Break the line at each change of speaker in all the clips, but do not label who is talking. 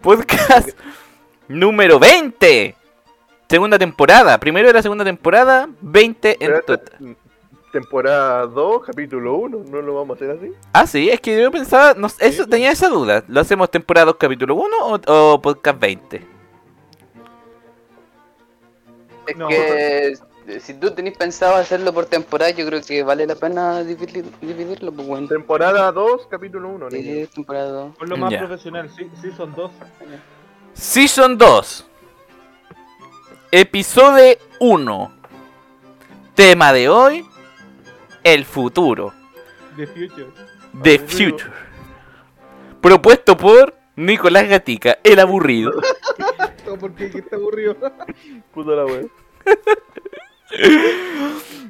Podcast número 20. Segunda temporada. Primero de la segunda temporada, 20 en
Pero esta
total.
es Temporada 2, capítulo 1, ¿no lo vamos a hacer así?
Ah, sí, es que yo pensaba, no, sé, eso,
Sí.
tenía esa duda. ¿Lo hacemos temporada 2, capítulo 1 o, o podcast 20?
Es
No.
que eh, si tú tenés pensado hacerlo por temporada, yo creo que vale la pena dividir- dividirlo, pues bueno.
Temporada 2, capítulo 1, niño.
Eh, temporada dos.
Por lo más
Ya.
profesional, sí, sí son dos.
Season 2. Episodio 1. Tema de hoy, el futuro.
The Future.
The Future. Propuesto por Nicolás Gatica, el aburrido.
No, porque que está aburrido.
Puta la wea.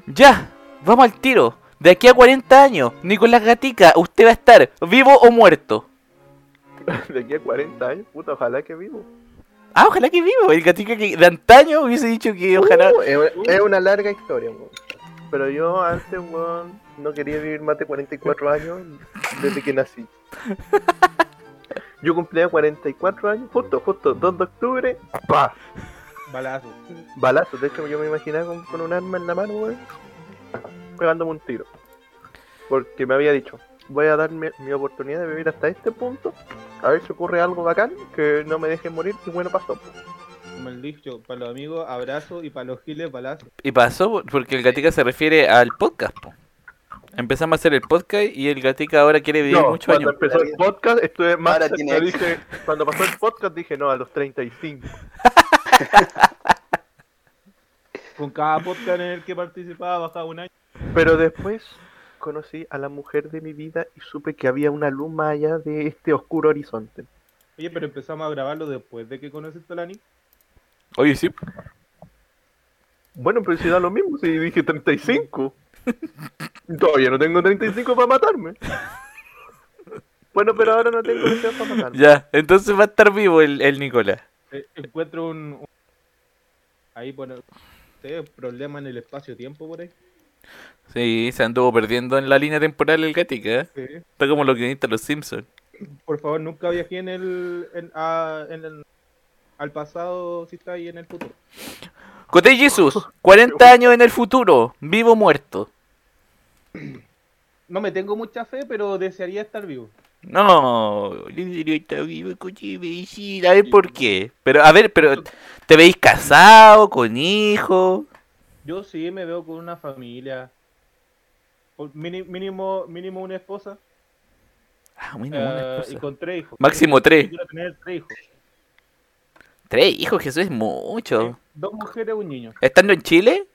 Ya, vamos al tiro. De aquí a 40 años, Nicolás Gatica, usted va a estar vivo o muerto.
De aquí a 40 años, puta, ojalá que vivo.
Ah, ojalá que vivo. El Gatica que de antaño hubiese dicho que ojalá.
Uh, es, es una larga historia, weón. Pero yo antes, weón, no quería vivir más de 44 años desde que nací. Yo cumplía 44 años, justo, justo, 2 de octubre, pa,
Balazo.
balazo. De hecho, yo me imaginaba con, con un arma en la mano, weón, pegándome un tiro. Porque me había dicho, voy a darme mi oportunidad de vivir hasta este punto, a ver si ocurre algo bacán, que no me dejen morir, y bueno, pasó.
Como el dicho, para los amigos, abrazo y para los giles, balazo.
Y pasó por- porque el Gatica se refiere al podcast. po. Empezamos a hacer el podcast y el Gatica ahora quiere vivir
No,
muchos
cuando
años.
empezó el podcast estuve más
Ahora
cerca,
tiene ex.
dije, cuando pasó el podcast dije no a los 35
Con cada podcast en el que participaba bajaba un año.
pero después conocí a la mujer de mi vida y supe que había una luz más allá de este oscuro horizonte
Oye, pero empezamos a grabarlo después de que conociste a la Nick.
Oye, sí.
bueno pero si da lo mismo si dije 35 todavía no tengo 35 para matarme bueno pero ahora no tengo deseos para matarme
Ya, entonces va a estar vivo el, el Nicolás.
Eh, encuentro un, un- Ahí, bueno. ¿Ustedes problema en el espacio-tiempo por ahí?
Sí, se anduvo perdiendo en la línea temporal el Gatica. ¿eh?
Sí.
Está como los guionistas de los Simpsons.
Por favor, nunca viajé en el, en, a- en el- al pasado si está ahí en el futuro.
Cotey Jesus, 40 años en el futuro, vivo o muerto.
No me tengo mucha fe, pero desearía estar vivo.
No, yo diría, está vivo, coche, me dice, a ver por qué. Pero, a ver, pero, ¿te veis casado, con hijo?
Yo sí me veo con una familia. Con mini- Mínimo, mínimo una esposa,
Ah, bueno,
eh,
una esposa.
y con tres hijos.
Máximo tres.
Quiero tener tres hijos.
Tres hijos, Jesús, es mucho.
Dos mujeres, un niño.
¿Estando en Chile?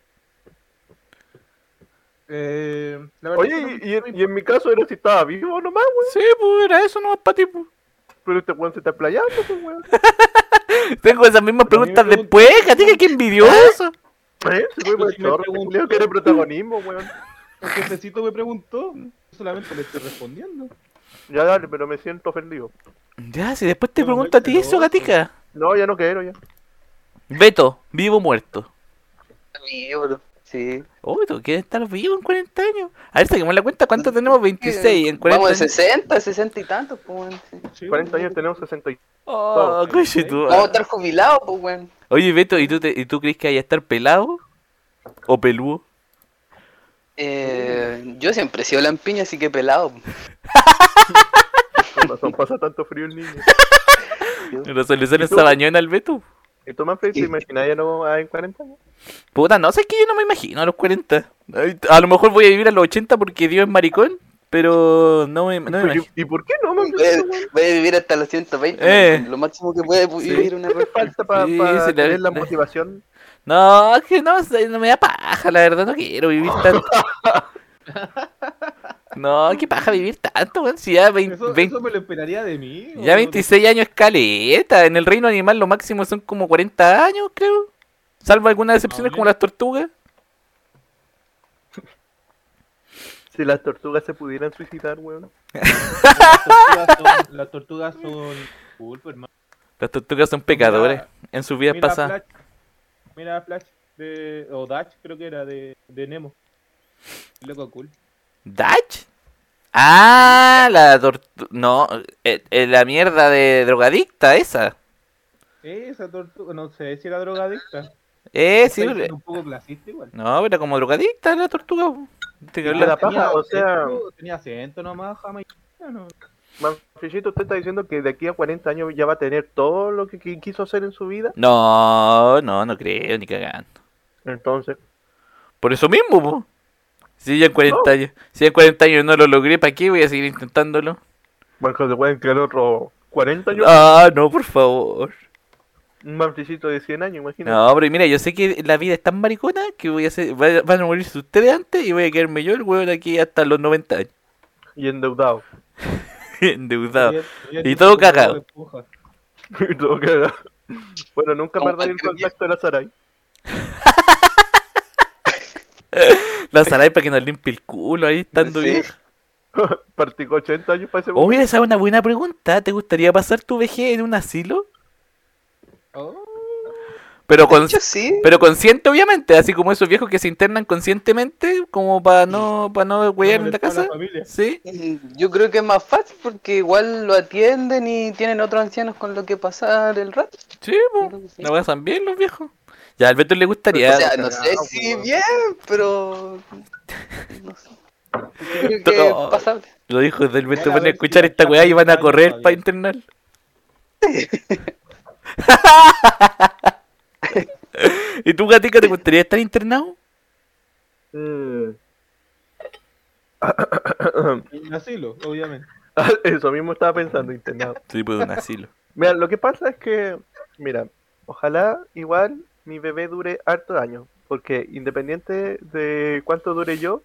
Eh, la verdad es que no
oye
me-
y, y en, y en mi caso era si estaba vivo nomás weón.
Sí, pues era eso nomás para ti. pues.
pero este weón se está playando pues, weón.
Tengo esas mismas
Pero a mí me
preguntas después, Gatica, qué
¿Ah?
envidioso.
¿Eh? se fue por el
Si me
chorro,
pregunto-
culiao, que era protagonismo weón.
El jefecito me preguntó. Solamente le estoy respondiendo.
ya dale pero me siento ofendido
Ya, si después te
Pero
pregunto a ti
muerto,
eso, Gatica.
no ya no quiero ya
Beto, vivo o muerto.
Sí, bro. Sí.
Uy, tú quieres estar vivo en 40 años. A ver, saquemos la cuenta, ¿cuánto tenemos? 26 en 40
Vamos de
años.
60, 60 y tantos, pues bueno, sí.
Sí,
40 años tenemos 60 y...
Oh,
Vamos,
coche, tú.
Vamos a estar jubilados, pues bueno.
Oye, Beto, ¿y tú, te- ¿y tú crees que vaya a estar pelado? ¿O peludo?
Eh, yo siempre he sido lampiña, así que pelado. pues.
Con razón pasa tanto frío el niño.
¿No se le sale
¿Y tú?
esa bañona al Beto?
¿Y tú, Manfred, te imaginas ya no va en 40 años?
Puta, no, sé que yo no me imagino a los 40. Ay, A lo mejor voy a vivir a los 80 porque Dios es maricón, pero no me, no me
Pero,
imagino.
¿Y, y por qué no, Manfred?
Voy a, voy a vivir hasta los 120.
Eh.
Lo máximo que puede vivir una
¿Qué te
persona.
falta para
Sí, se le-
tener la
le-
motivación?
No, es que no, sé, no me da paja, la verdad, no quiero vivir tanto. No, qué paja vivir tanto, weón. Si ya, vein-
Eso,
vein-
eso me lo esperaría de mí.
ya
o-
26 años es caleta. En el reino animal lo máximo son como 40 años, creo. Salvo
Ah,
algunas excepciones como las tortugas.
Si las tortugas se pudieran suicidar, weón.
Las tortugas son, las tortugas son pulpo, hermano.
Las tortugas son pecadoras en sus vidas
Mira
pasadas.
Flash, mira Flash de, o Dash creo que era de, de Nemo. Loco cool.
¿Dutch? Ah, la tortu... No, eh, eh, la mierda de drogadicta esa.
Esa tortuga, no sé si era drogadicta.
Eh, sí.
Está
pero-
siendo un Ah, poco clasista igual.
No, era como drogadicta la tortuga. po. Te que
La
hablar-
paja, o sea-
acento- tenía acento nomás jamaicano.
Manfichito, usted está diciendo que de aquí a 40 años ya va a tener todo lo que qui- quiso hacer en su vida.
No, no, no creo, ni cagando.
Entonces,
Por eso mismo, po. Si ya en 40 años, si ya en 40 años no lo logré, ¿para qué voy a seguir intentándolo?
Marco, se pueden quedar otros 40 años.
Ah, no, por favor.
Un manfichito de 100 años, imagínate.
No, pero mira, yo sé que la vida es tan maricona que voy a hacer, va- van a morirse ustedes antes y voy a quedarme yo el huevo de aquí hasta los 90 años.
Y endeudado.
Endeudado. Y todo cagado.
Y todo cagado. bueno, nunca
Como
perdáis el
cualquier
contacto de la Sarai.
La Sarai para que nos limpie el culo ahí estando
Sí.
bien.
Partico 80 años para ese
Oh, mira, esa es una buena pregunta. ¿Te gustaría pasar tu vejez en un asilo? Pero con,
Yo sí.
pero consciente, obviamente. Así como esos viejos que se internan conscientemente, como para no, para no huear en la casa. Sí.
Mm, Yo creo que es más fácil porque igual lo atienden y tienen otros ancianos con lo que pasar el rato.
Sí, po.
Creo que sí.
La pasan bien los viejos. Ya, a Alberto le gustaría.
O sea, Pues, no sé
cagado,
si
weón.
bien, pero. No sé. Creo que
Todo.
es pasable.
Los hijos del Beto van
Bueno, a
a
ver si
escuchar
la
esta weá y van a
chapa
correr
está
para
bien.
internar. ¿Y tú, gatica, te gustaría estar internado?
Mm.
En asilo, obviamente.
Eso mismo estaba pensando, internado.
Sí, pues un asilo.
Mira, lo que pasa es que, mira, ojalá igual mi bebé dure harto años, porque independiente de cuánto dure yo,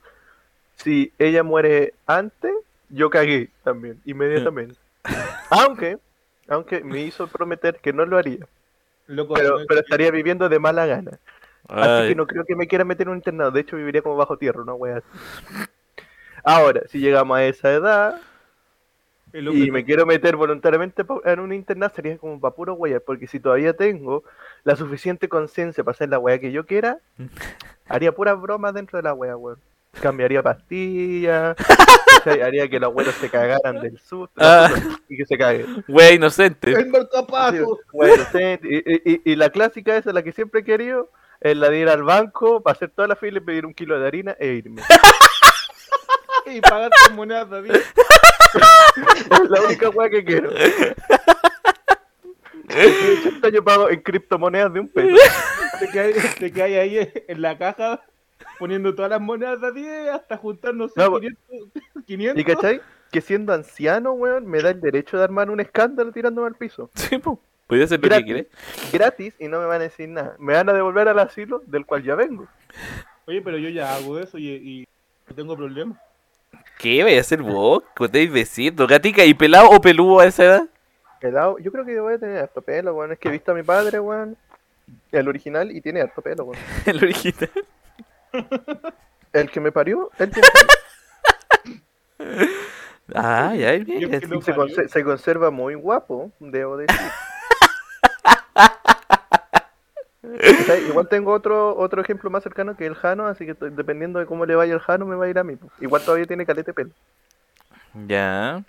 si ella muere antes, yo cagué también, inmediatamente. aunque, aunque me hizo prometer que no lo haría,
Loco,
pero,
no es-
pero estaría viviendo de mala gana. Así
Ay.
que no creo que me quiera meter en un internado, de hecho viviría como bajo tierra, una wea así. Ahora, si llegamos a esa edad,
el loco
y
está-
me quiero meter voluntariamente pa- en un internado sería como para puro guayar, porque si todavía tengo la suficiente conciencia para hacer la weá que yo quiera, haría puras bromas dentro de la weá, weón. Cambiaría pastillas, ¿cachai? haría que los abuelos se cagaran del susto
Ah.
y que se cague.
Wea inocente.
¡El marcapaso!
Bueno, sí, y, y- y la clásica esa, la que siempre he querido, es la de ir al banco, para hacer toda la fila y pedir un kilo de harina e irme.
Y pagar con monedas, David.
Es la única weá que quiero. Ochenta Yo pago en criptomonedas de un peso.
Te quedas te quedas ahí en la caja poniendo todas las monedas a 10 hasta juntarnos
No, po-
500. 500.
¿Y cachai? Que siendo anciano, weón, me da el derecho de armar un escándalo tirándome al piso.
Sí, pues. Podría hacer lo que
Gratis.
quieres.
Gratis y no me van a decir nada. Me van a devolver al asilo del cual ya vengo.
Oye, pero yo ya hago eso y, y no tengo problema.
¿Qué vaya a hacer vos? ¿Cómo te besito? Gatica, ¿y pelado o peludo a esa edad?
Pelado, yo creo que voy a tener harto pelo, weón. Es que he visto a mi padre, weón. El original y tiene harto pelo, weón.
El original.
El que me parió, él tiene pelo.
Ah, ya,
Yo
bien.
que lo-
se, conse- se conserva muy guapo, debo decir. O sea, Igual tengo otro otro ejemplo más cercano que el Jano, así que estoy- dependiendo de cómo le vaya el Jano, me va a ir a mí. Igual todavía tiene calete pelo.
Ya.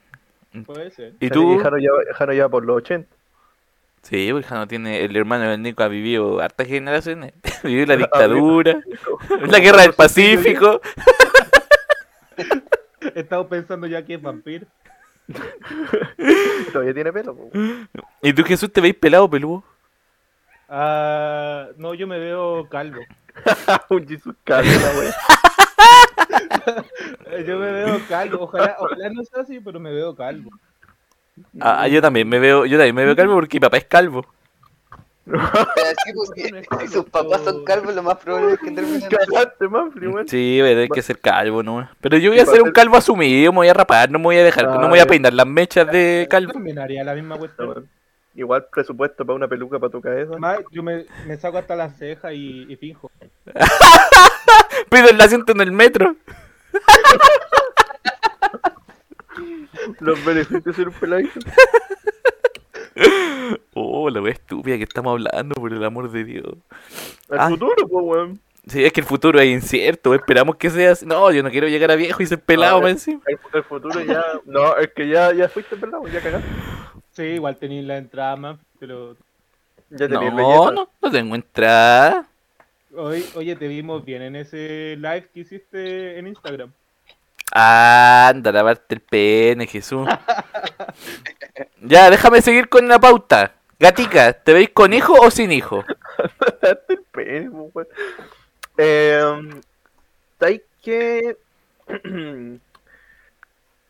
Puede ser.
¿Y
O sea,
tú?
Jano ya, Jano ya por los 80.
Sí, porque no tiene. El hermano del Nico ha vivido hartas generaciones. Vivió la dictadura, la guerra del Pacífico.
He estado pensando ya que es vampiro.
Todavía tiene pelo. po.
¿Y tú, Jesús, te veis pelado o peludo?
Ah, no, yo me veo calvo.
Un Jesus Calvo, la wea.
Eh, Yo me veo calvo. Ojalá, ojalá no sea así, pero me veo calvo.
Ah, yo también me veo, yo también me veo calvo porque mi papá es calvo.
Pero así porque sus papás son calvos, lo más probable es que terminen.
Cagaste, Manfred, weón.
Sí, pero hay que ser calvo, ¿no? Pero yo voy a ser un calvo asumido, me voy a rapar, no me voy a dejar, no me voy a peinar las mechas de
Yo
Eh, calvo.
también haría la misma
No,
cuestión.
weón. Igual presupuesto para una peluca para tu cabeza.
Además, yo me, me saco hasta las cejas y, y finjo.
Pido el asiento en el metro.
Los beneficios de ser un peladito.
Oh, la wea estúpida que estamos hablando, por el amor de Dios.
Al
Ah.
futuro, pues, weón.
Sí, es que el futuro es incierto, esperamos que sea así. No, yo no quiero llegar a viejo y ser pelado
Ah,
más encima.
El, el futuro ya. No, es que ya, ya fuiste pelado, ya cagaste.
Sí, igual tenéis la entrada más, pero...
Ya
No,
tenías belleza.
no, no tengo entrada.
Hoy, oye, te vimos bien en ese live que hiciste en Instagram.
Anda, lavarte el pene, Jesús. ya, déjame seguir con la pauta. Gatica, ¿te veis con hijo o sin hijo?
Date el pene, po, weón. Eh, ¿Sabes qué?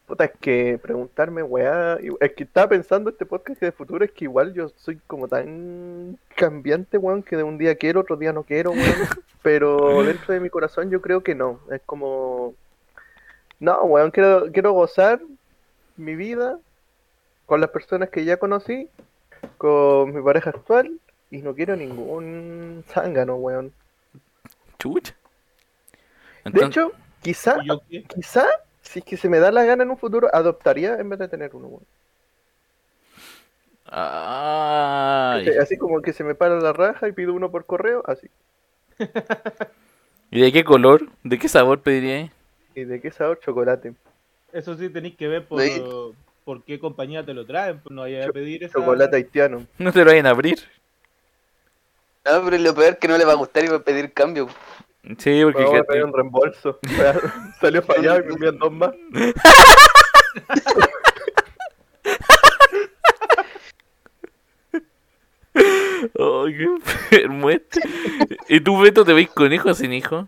Puta, es que preguntarme, weá. y- Es que estaba pensando este podcast de futuro, es que igual yo soy como tan cambiante, weón, que de un día quiero, otro día no quiero, weón. Pero dentro de mi corazón yo creo que no. Es como. No, weón, quiero, quiero gozar mi vida con las personas que ya conocí, con mi pareja actual y no quiero ningún zángano, weón.
Chucha.
De
Entonces-
hecho, quizá,
¿Y yo qué?
quizá, si es que se me da la gana en un futuro, adoptaría en vez de tener uno, weón.
Ay.
Este, Así como que se me para la raja y pido uno por correo, así.
¿Y de qué color? ¿De qué sabor pediría? eh?
¿Y de qué sabor? Chocolate.
Eso sí tenéis que ver por,
Sí.
por qué compañía te lo traen. pues No vayas a
Cho-
pedir esa...
Chocolate haitiano.
No te lo vayan a abrir.
No, pero lo peor es que no le va a gustar y va a pedir cambio.
Sí, porque
Vamos a
Gati-
pedir un reembolso. Salió fallado y me envían dos más.
Ay, qué enfermo este. ¿Y tú, Beto, te veis con hijo o sin hijo?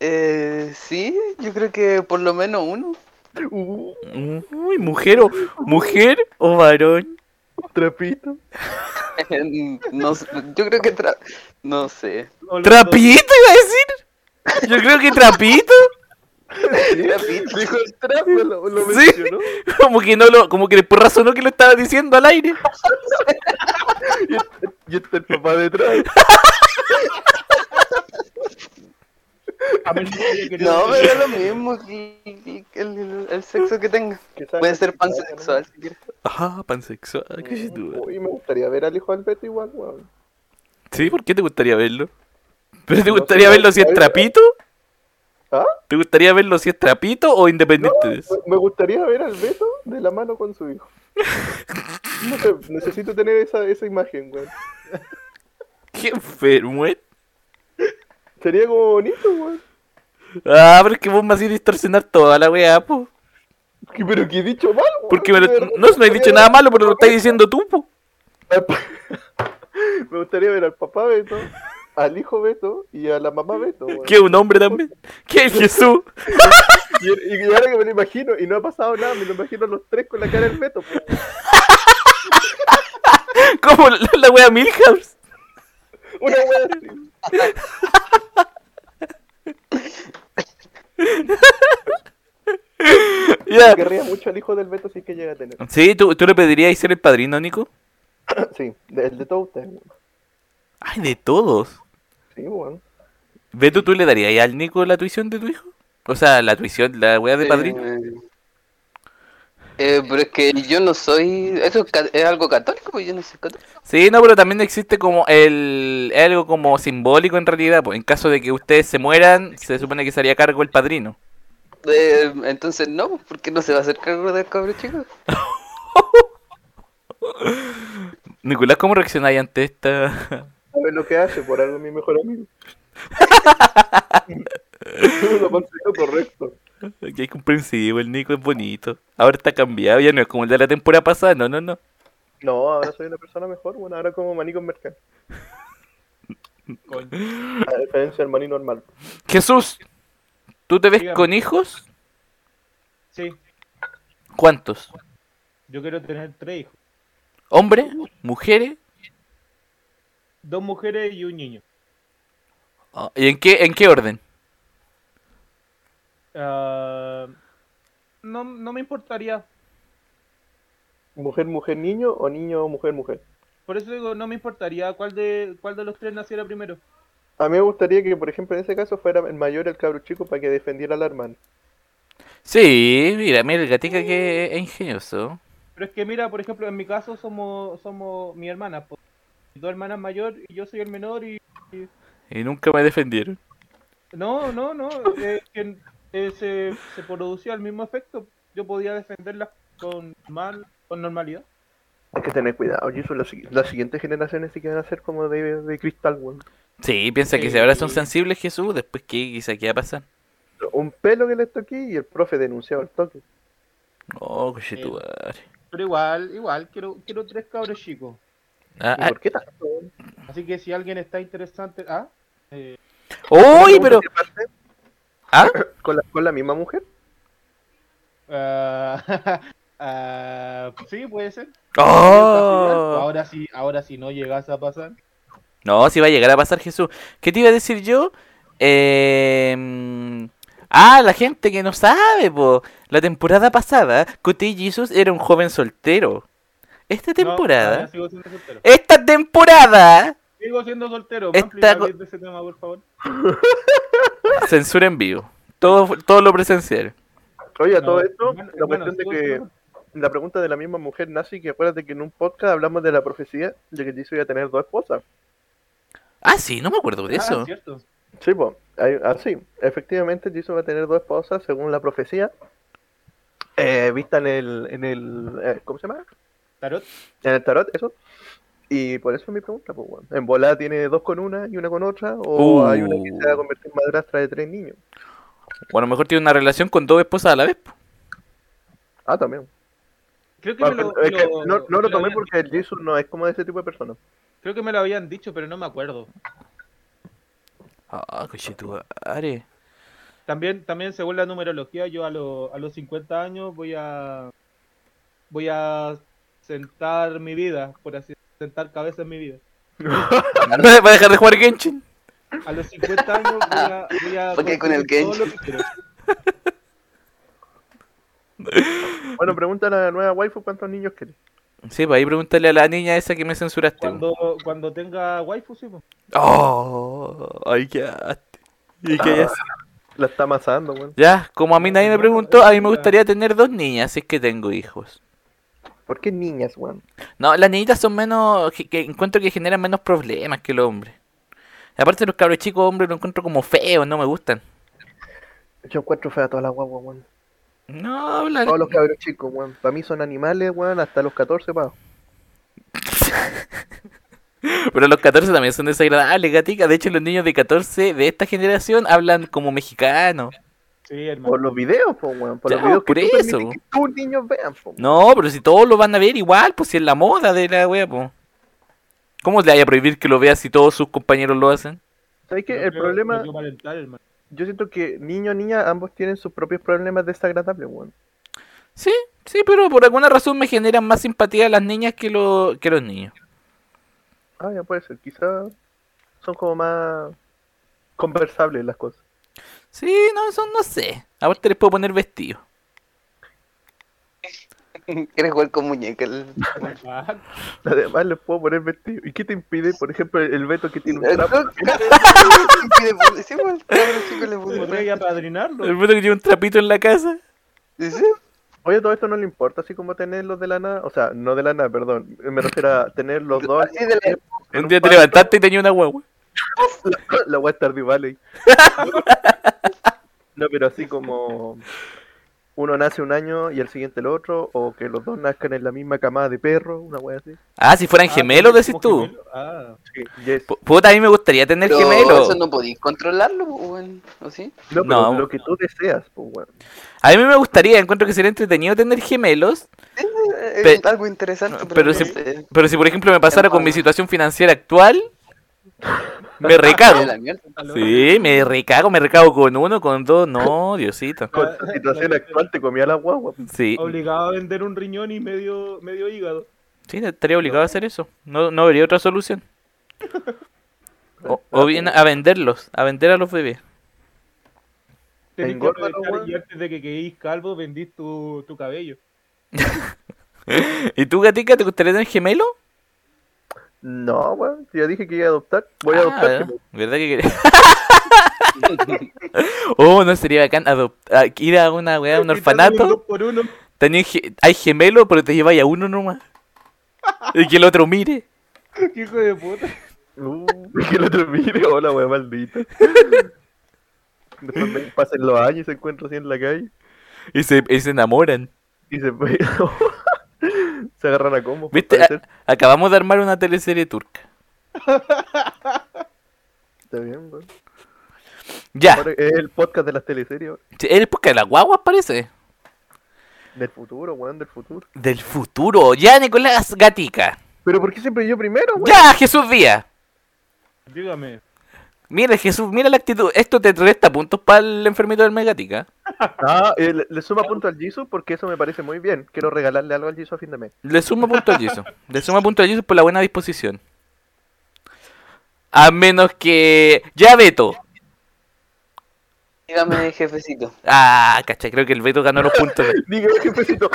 Eh, sí, yo creo que por lo menos uno.
Uh,
Uy, mujer o mujer o varón.
trapito.
No, sé, yo creo que tra- no sé.
o los
¿Trapito iba a decir? Yo creo que trapito.
Trapito.
Dijo el trapo, lo, lo
Sí.
mencionó.
Como que no lo, como que por razón no que lo estaba diciendo al aire.
Y está el papá detrás.
dos- a menos que yo quería-
No, me da lo mismo que- que- que el, el sexo que tenga. Puede ser pansexual si quieres.
Ajá, pansexual, qué chido.
Uy, me gustaría ver al hijo del Beto igual, weón.
Sí, ¿por qué te gustaría verlo? ¿Pero te
No sé,
gustaría verlo si es
¿sabes?
trapito?
¿Ah?
¿Te gustaría verlo si es trapito o independiente?
No, me gustaría ver al Beto de la mano con su hijo. No sé, necesito tener esa, esa imagen, weón.
Qué enfermo, eh.
Sería como bonito, weón.
Ah, pero es que vos me hacías distorsionar toda la weá, po.
Que- Pero que he dicho mal, weón.
Porque me lo-
De
no,
verdad,
no he dicho nada malo, pero lo estás diciendo tú, po.
Me gustaría ver al papá Beto, al hijo Beto y a la mamá Beto, weón.
Que es un hombre también. Que es Jesús.
Y, y ahora que me lo imagino, y no ha pasado nada, me lo imagino a los tres con la cara del Beto, po.
Como la, la wea Milhouse.
Una weá así.
Ya.
Querría mucho al hijo del Beto si es que llega a tener. Ah,
Sí, ¿tú, tú le pedirías ser el padrino, Nico.
Sí, de- el de todos ustedes, weón.
Ay, de todos.
Sí, weón.
Beto, ¿tú le darías al Nico la tuición de tu hijo? O sea, la tuición, la wea de padrino.
Eh, eh, pero es que yo no soy. Eso es, ca- es algo católico, pues yo no soy católico.
Sí, no, pero también existe como el. algo como simbólico en realidad. Pues en caso de que ustedes se mueran, se supone que se haría cargo el padrino.
Eh, entonces no, porque no se va a hacer cargo del cabrón chico.
Nicolás, ¿cómo reaccionáis ante esta.?
¿Sabes lo que hace? Por algo es mi mejor amigo. lo considero correcto.
Que es comprensivo, el Nico es bonito. Ahora está cambiado, ya no es como el de la temporada pasada, no, no, no.
No, ahora soy una persona mejor, bueno, ahora como maní con mercado.
Coño.
A diferencia del maní normal.
Jesús, ¿tú te ves
Dígame.
con hijos?
Sí,
¿Cuántos?
yo quiero tener tres hijos.
¿Hombres? ¿Mujeres?
Dos mujeres y un niño.
Ah, ¿Y en qué, en qué orden?
Ah, no, no me importaría.
Mujer, mujer, niño o niño, mujer, mujer.
Por eso digo, no me importaría cuál de, cuál de los tres naciera primero.
A mí me gustaría que, por ejemplo, en ese caso fuera el mayor el cabro chico para que defendiera al hermano.
Sí, mira, mira, el gatica que es ingenioso.
Pero es que mira, por ejemplo, en mi caso somos somos mi hermana, po. dos hermanas mayor y yo soy el menor y, y
Y nunca me defendieron.
No, no, no. eh, que, eh, se, se producía el mismo efecto. Yo podía defenderlas con, mal, con normalidad.
Hay que tener cuidado, Jisoo. Las, sigui- las siguientes generaciones sí que van a ser como de, de cristal, weón.
Sí, piensa que si ahora son sensibles, Jesús, después qué quizá qué va a pasar.
Un pelo que les toqué y el profe denunciaba el toque.
Oh, coche tu madre.
Pero igual, igual, quiero, quiero tres cabros chicos.
Ah,
¿Y
ah,
por qué tanto? weón?
Así que si alguien está interesante. Ah,
¡Uy,
¿Cómo
pero!
te parte?
¿Ah?
¿Con la, ¿Con la misma mujer?
ah, ah, sí, puede ser.
¡Oh!
Ahora sí, ahora sí no llegas a pasar.
No, si va a llegar a pasar, Jesús. ¿Qué te iba a decir yo? Eh, Ah, la gente que no sabe, po. La temporada pasada, Cote Jesus era un joven soltero. Esta
No, ah,
temporada.
sigo siendo soltero.
¡Esta temporada!
Sigo siendo soltero.
Esta
Manfred,
co-
hablen de ese tema, por favor.
Censura en vivo. Todo, todo lo presencial.
Oye, a
No,
todo esto,
hermano,
la
hermano,
cuestión de
sigo
que
siendo-
la pregunta de la misma mujer nazi, que acuérdate que en un podcast hablamos de la profecía de que Jisoo iba a tener dos esposas.
Ah, sí, no me acuerdo de
Ah,
eso.
cierto.
Sí, pues, ahí- así. Efectivamente, Jisoo va a tener dos esposas según la profecía. eh, vista en el, en el eh, ¿cómo se llama?
Tarot.
En el tarot, eso. Y por eso es mi pregunta, pues, weón. ¿En volada tiene dos con una y una con otra? ¿O
Uh.
hay una que se va a convertir en madrastra de tres niños?
Bueno, a lo mejor tiene una relación con dos esposas a la vez. po.
Ah, también.
Creo que,
Bueno,
me lo,
pero es que
lo-
no, no
me
lo tomé
habían
porque el
dicho.
Jisoo no es como de ese tipo de persona.
Creo que me lo habían dicho, pero no me acuerdo.
Ah, coche tu madre.
También, también según la numerología, yo a, lo- a los 50 años voy a voy a sentar mi vida, por así sentar cabeza en mi vida.
¿Va a dejar de jugar Genshin?
A los 50 años voy a, voy a
¿Por qué con el
conseguir todo
Genshin?
lo que quiero.
Bueno, pregunta a la nueva waifu cuántos niños quiere.
Sí, pues ahí pregúntale a la niña esa que me censuraste. po.
Cuando, cuando tenga waifu, sí, pues. po.
Oh, ay, qué ate- ¿Y qué hace?
La está amasando, weón.
Ya, como a mí nadie me preguntó, a mí me gustaría tener dos niñas, si es que tengo hijos.
¿Por qué niñas, weón?
No, las niñitas son menos. que- que encuentro que generan menos problemas que los hombres. Aparte, los cabros chicos hombres los encuentro como feos, no me gustan.
Yo encuentro fea a todas las guaguas, weón.
Ah, No, hablar.
Todos los cabros chicos, weón. Para mí son animales, weón, hasta los 14 pa.
Pero los 14 también son desagradables, gatica. De hecho, los niños de 14 de esta generación hablan como mexicanos.
Sí, hermano.
Por los videos, po, weón. Por los
Ya,
videos que
por
tú
eso.
permites que tus niños vean, po.
No, pero si todos lo van a ver igual, pues si es la moda de la wea, pues. ¿Cómo le vaya a prohibir que lo vea si todos sus compañeros lo hacen?
¿Sabes qué?
No
el
quiero-
problema,
no quiero calentar, hermano.
yo siento que niño, niña, ambos tienen sus propios problemas desagradables, weón.
Sí, sí, pero por alguna razón me generan más simpatía las niñas que, lo- que los niños.
Ah, ya puede ser. Quizás son como más conversables las cosas.
Sí, no, eso no sé. Aparte les puedo poner vestido.
¿Quieres jugar con muñecas?
Ah,
Además, les puedo poner vestido. ¿Y qué te impide, por ejemplo, el veto que tiene un trapo?
Sí, pues, el cabro chico le puso
Podría
rey.
ir a padrinarlo.
El puto que tiene un trapito en la casa.
Sí, sí.
Oye, todo esto no le importa, así como tenerlos de la nada. O sea, no de la nada, perdón. Me refiero a tener los dos.
Así de la-
Un día te levantaste y tenía una huevo.
La voy a estar de Valley. No, pero así como uno nace un año y el siguiente el otro, o que los dos nazcan en la misma camada de perro, una wea así.
Ah, si fueran
Ah,
gemelos, decís
como
tú.
gemelo. Ah.
Sí, yes.
Pu- Puta, a mí me gustaría tener
Pero
gemelos.
eso no podéis controlarlo, pues, weón. ¿O sí?
No, pero
No.
lo que tú deseas, pues weón.
A mí me gustaría, encuentro que sería entretenido tener gemelos.
Es, es
Pe-
algo interesante,
pero
pero,
si-
no sé.
Pero si por ejemplo me pasara con mi
Empower.
situación financiera actual, me
De
recago.
la mierda.
Sí, me recago, me recago con uno, con dos, no, Diosito.
Ah, eh,
Con tu situación actual te comía la guagua.
Sí,
Obligado a vender un riñón y medio, medio hígado.
sí, estaría obligado a hacer eso. No, no habría otra solución. O,
Ah,
o bien a venderlos, a vender a los bebés.
Tenés que
Engorda,
aprovechar
weón.
y antes de que quedéis calvo, vendís tu, tu cabello.
¿Y tú, gatica, te gustaría tener gemelo?
No, weón, si ya dije que iba a adoptar, voy a adoptar.
Ah,
gemelos.
¿Verdad que quería? oh, no sería bacán adoptar, ir a una weá, a un
Y te hacen
orfanato.
dos por uno.
Tenía ge- hay gemelo, pero te lleváis a uno nomás. Y que el otro mire.
Hijo de puta.
Uh, que el otro mire, hola, wea maldita. Después me pasan los años y se encuentra así en la calle.
Y se, y se enamoran.
Y se fue. se agarran a combo.
¿Viste? A- acabamos de armar una teleserie turca.
Está bien, weón.
Ya.
Ahora Es el podcast de las teleseries, weón.
Sí, Es porque la guagua parece.
Del futuro, weón, del futuro.
Del futuro. Ya, Nicolás Gatica.
Pero ¿por qué siempre yo primero, weón?
Ya, Jesús Díaz.
Dígame.
Mira, Jesús, mira la actitud. Esto te resta puntos para el enfermito del Megatica.
Ah, eh, le, le suma punto al Jisoo porque eso me parece muy bien. Quiero regalarle algo al Jisoo a fin de mes.
Le suma punto al Jisoo. Le suma punto al Jisoo por la buena disposición. A menos que... Ya, Beto.
Dígame, jefecito.
Ah, cacha, creo que el Beto ganó los puntos.
Diga, jefecito.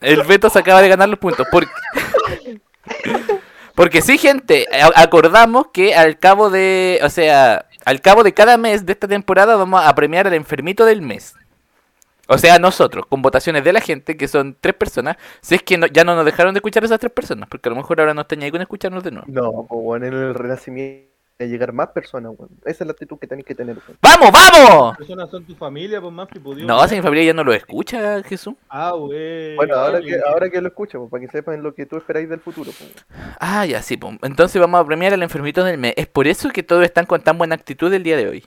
El Beto se acaba de ganar los puntos. Porque, porque sí, gente, a- acordamos que al cabo de, o sea, al cabo de cada mes de esta temporada vamos a premiar al enfermito del mes. O sea, nosotros, con votaciones de la gente, que son tres personas, si es que no- ya no nos dejaron de escuchar esas tres personas, porque a lo mejor ahora nos tenían con escucharnos de nuevo.
No, pues, weón, en el renacimiento de llegar más personas, weón. Esa es la actitud que tenéis que tener, weón.
¡Vamos, vamos!
Las personas son tu familia, pues más que pudieron.
No, si mi familia ya no lo escucha, Jesús.
Ah, wey.
Bueno, ahora que, ahora que lo escucho, pues, para que sepan lo que tú esperáis del futuro, pues. weón.
Ah, ya, sí, pum. Entonces vamos a premiar al enfermito del mes. Es por eso que todos están con tan buena actitud el día de hoy.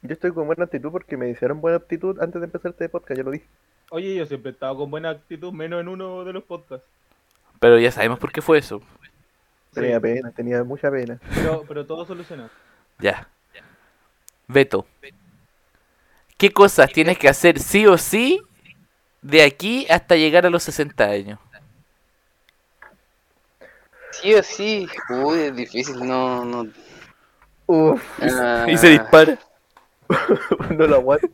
Yo estoy con buena actitud porque me hicieron buena actitud antes de empezar este podcast, ya lo dije.
Oye, yo siempre he estado con buena actitud, menos en uno de los podcasts.
Pero ya sabemos por qué fue eso.
Sí,
Tenía pena, tenía mucha pena.
pero, pero todo solucionado.
Ya. Beto. ¿Qué cosas tienes que hacer sí o sí de aquí hasta llegar a los 60 años?
Sí o sí. Uy, es difícil, no, no.
Uf,
ah,
dispara.
no lo aguanto.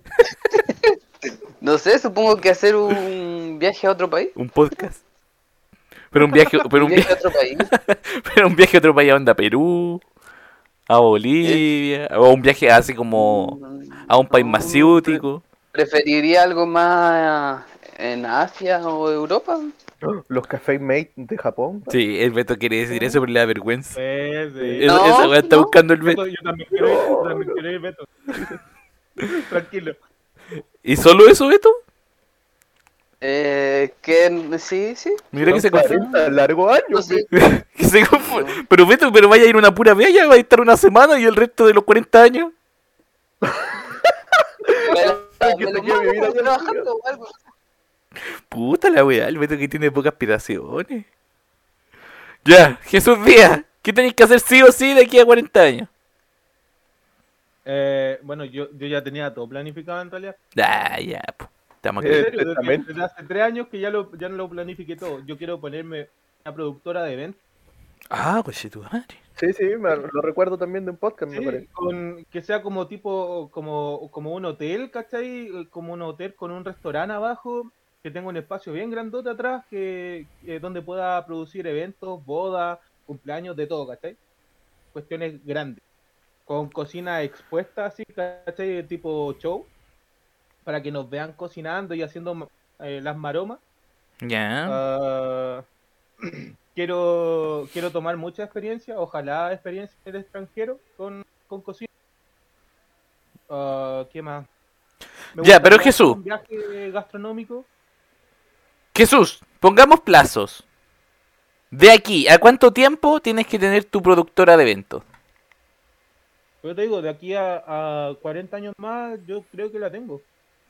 No sé, supongo que hacer un viaje a otro país.
Un podcast. Pero un viaje, pero un
viaje a
viaje,
otro país.
pero un viaje a otro país, a onda a Perú, a Bolivia, o un viaje así como a un país
No,
más
no,
ciútico.
Mm, Preferiría algo más en Asia o Europa.
Los Café Mate de Japón. weón.
Sí, el Beto quiere decir eso por la vergüenza.
Pues, sí.
Es-
No,
esa weá está
no.
buscando el Beto.
Yo también quiero ir, yo también quiero ir, Beto. Tranquilo.
¿Y solo eso, Beto?
Eh, que sí, sí.
Mira que se
Son
confunde.
40 largo año.
No sé.
Que se confu- Pero Beto, pero vaya a ir una pura vez, ya va a estar una semana y el resto de los 40 años.
Me
te
lo
quiero vivir
mando
allá,
trabajando o algo.
Puta la weá, el Beto que tiene pocas aspiraciones. Ya, Jesús Díaz, ¿qué tenéis que hacer sí o sí de aquí a 40 años?
Eh, bueno, yo, yo ya tenía todo planificado en realidad.
Ah, ya, po. Te vamos a
Eh,
creer.
En serio, desde,
Exactamente.
desde hace tres años que ya, lo, ya no lo planifiqué todo. Yo quiero ponerme una productora de eventos
Ah, coche tu madre.
Sí, sí, me- lo recuerdo también de un podcast, me parece.
con, que sea como tipo, como, como un hotel, ¿cachai? Como un hotel con un restaurante abajo, que tenga un espacio bien grandote atrás, que, que donde pueda producir eventos, bodas, cumpleaños, de todo, ¿cachai? Cuestiones grandes. Con cocina expuesta, así, ¿cachai? Tipo show, para que nos vean cocinando y haciendo eh, las maromas.
Ya.
Ah, quiero, quiero tomar mucha experiencia, ojalá experiencia del extranjero con, con cocina. Ah, ¿Qué más? Me
Ya, pero
gustaría
Jesús.
Un viaje gastronómico.
Jesús, pongamos plazos. De aquí, ¿a cuánto tiempo tienes que tener tu productora de eventos?
Yo te digo, de aquí a, a 40 años más, yo creo que la tengo.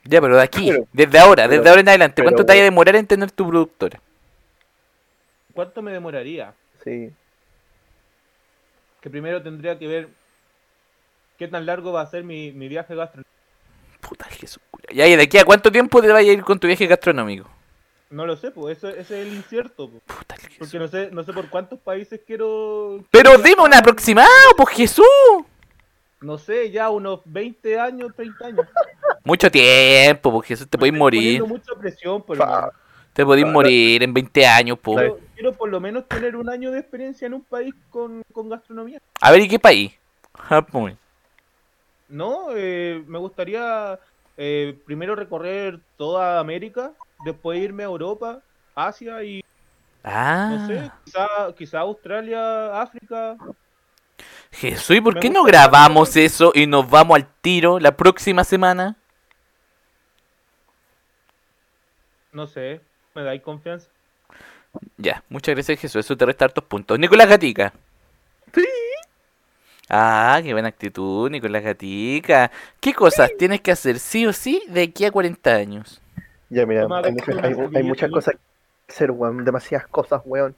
Ya, pero de aquí,
Pero-
desde ahora,
pero-
desde ahora en adelante,
pero-
¿cuánto te vaya a demorar en tener tu productora?
¿Cuánto me demoraría?
Sí.
Que primero tendría que ver qué tan largo va a ser mi, mi viaje gastronómico.
Puta Jesús. cura. Ya, ¿y de aquí a cuánto tiempo te vaya a ir con tu viaje gastronómico?
No lo sé, pues eso, ese es el incierto. pues,
Puta el Jesús.
Porque no sé, no sé por cuántos países quiero,
Pero dime un aproximado, pues Jesús.
no sé, ya unos 20 años, 30 años.
Mucho tiempo, pues Jesús, te podéis
Estoy
morir.
poniendo mucha presión, por
Fa-
Te podéis
Ah,
morir en 20 años, pues.
quiero, quiero por lo menos tener un año de experiencia en un país con, con gastronomía.
A ver, ¿y qué país? Japón.
No, eh, me gustaría eh, primero recorrer toda América, después irme a Europa, Asia y
Ah.
No sé, quizá, quizá Australia, África.
Jesús, ¿y por
Me
qué no
gusta la
grabamos eso y nos vamos al tiro la próxima semana?
No sé, me dais confianza.
Ya, muchas gracias Jesús, eso te resta hartos puntos. Nicolás Gatica. Ah, qué buena actitud, Nicolás Gatica. ¿Qué cosas tienes que hacer sí o sí de aquí a 40 años?
Ya, mira,
Toma,
hay,
doctor,
muchas- hay-
una
hay
servilleta,
muchas
¿no?
cosas que hacer, weón. Demasiadas cosas, weón.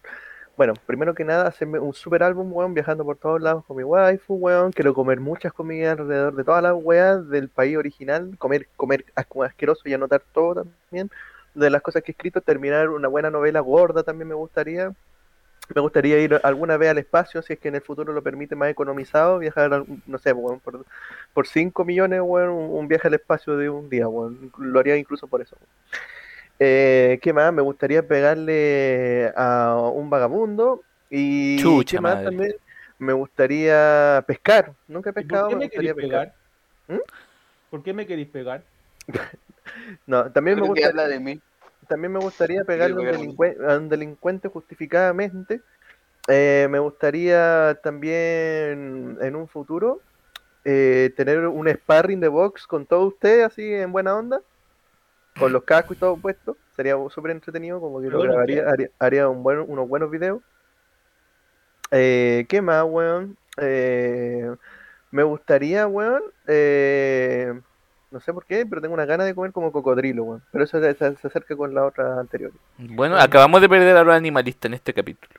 Bueno, primero que nada, hacerme un super álbum, weón, viajando por todos lados con mi waifu, weón. Quiero comer muchas comidas alrededor de todas las weas del país original. Comer, comer asco- asqueroso y anotar todo también. De las cosas que he escrito, terminar una buena novela gorda también me gustaría. Me gustaría ir alguna vez al espacio, si es que en el futuro lo permite más economizado, viajar, a- no sé, weón, por, por 5 millones, weón, un, un viaje al espacio de un día, weón. Lo haría incluso por eso. Eh, ¿Qué más? Me gustaría pegarle a un vagabundo. Y
Chucha
¿qué más
madre.
también? Me gustaría pescar. Nunca he
¿Y por
pescado,
qué
me
me queréis
gustaría
pegar? ¿Mm?
pescar.
¿Por qué me queréis pegar?
No, también me
Creo que
gusta,
habla de mí.
también me gustaría pegarle a un,
pegar un-
delincuen- a un delincuente justificadamente. Eh, me gustaría también en un futuro eh, tener un sparring de box con todos ustedes así en buena onda, con los cascos y todo puesto. Sería súper entretenido, como que lo
Bueno,
grabaría, haría, haría un buen- unos buenos videos. Eh, ¿Qué más, weón? Eh, me gustaría, weón, eh, no sé por qué, pero tengo una gana de comer como cocodrilo, weón. Pero eso se, se- se acerca con la otra anterior.
Bueno, acabamos de perder a los animalistas en este capítulo.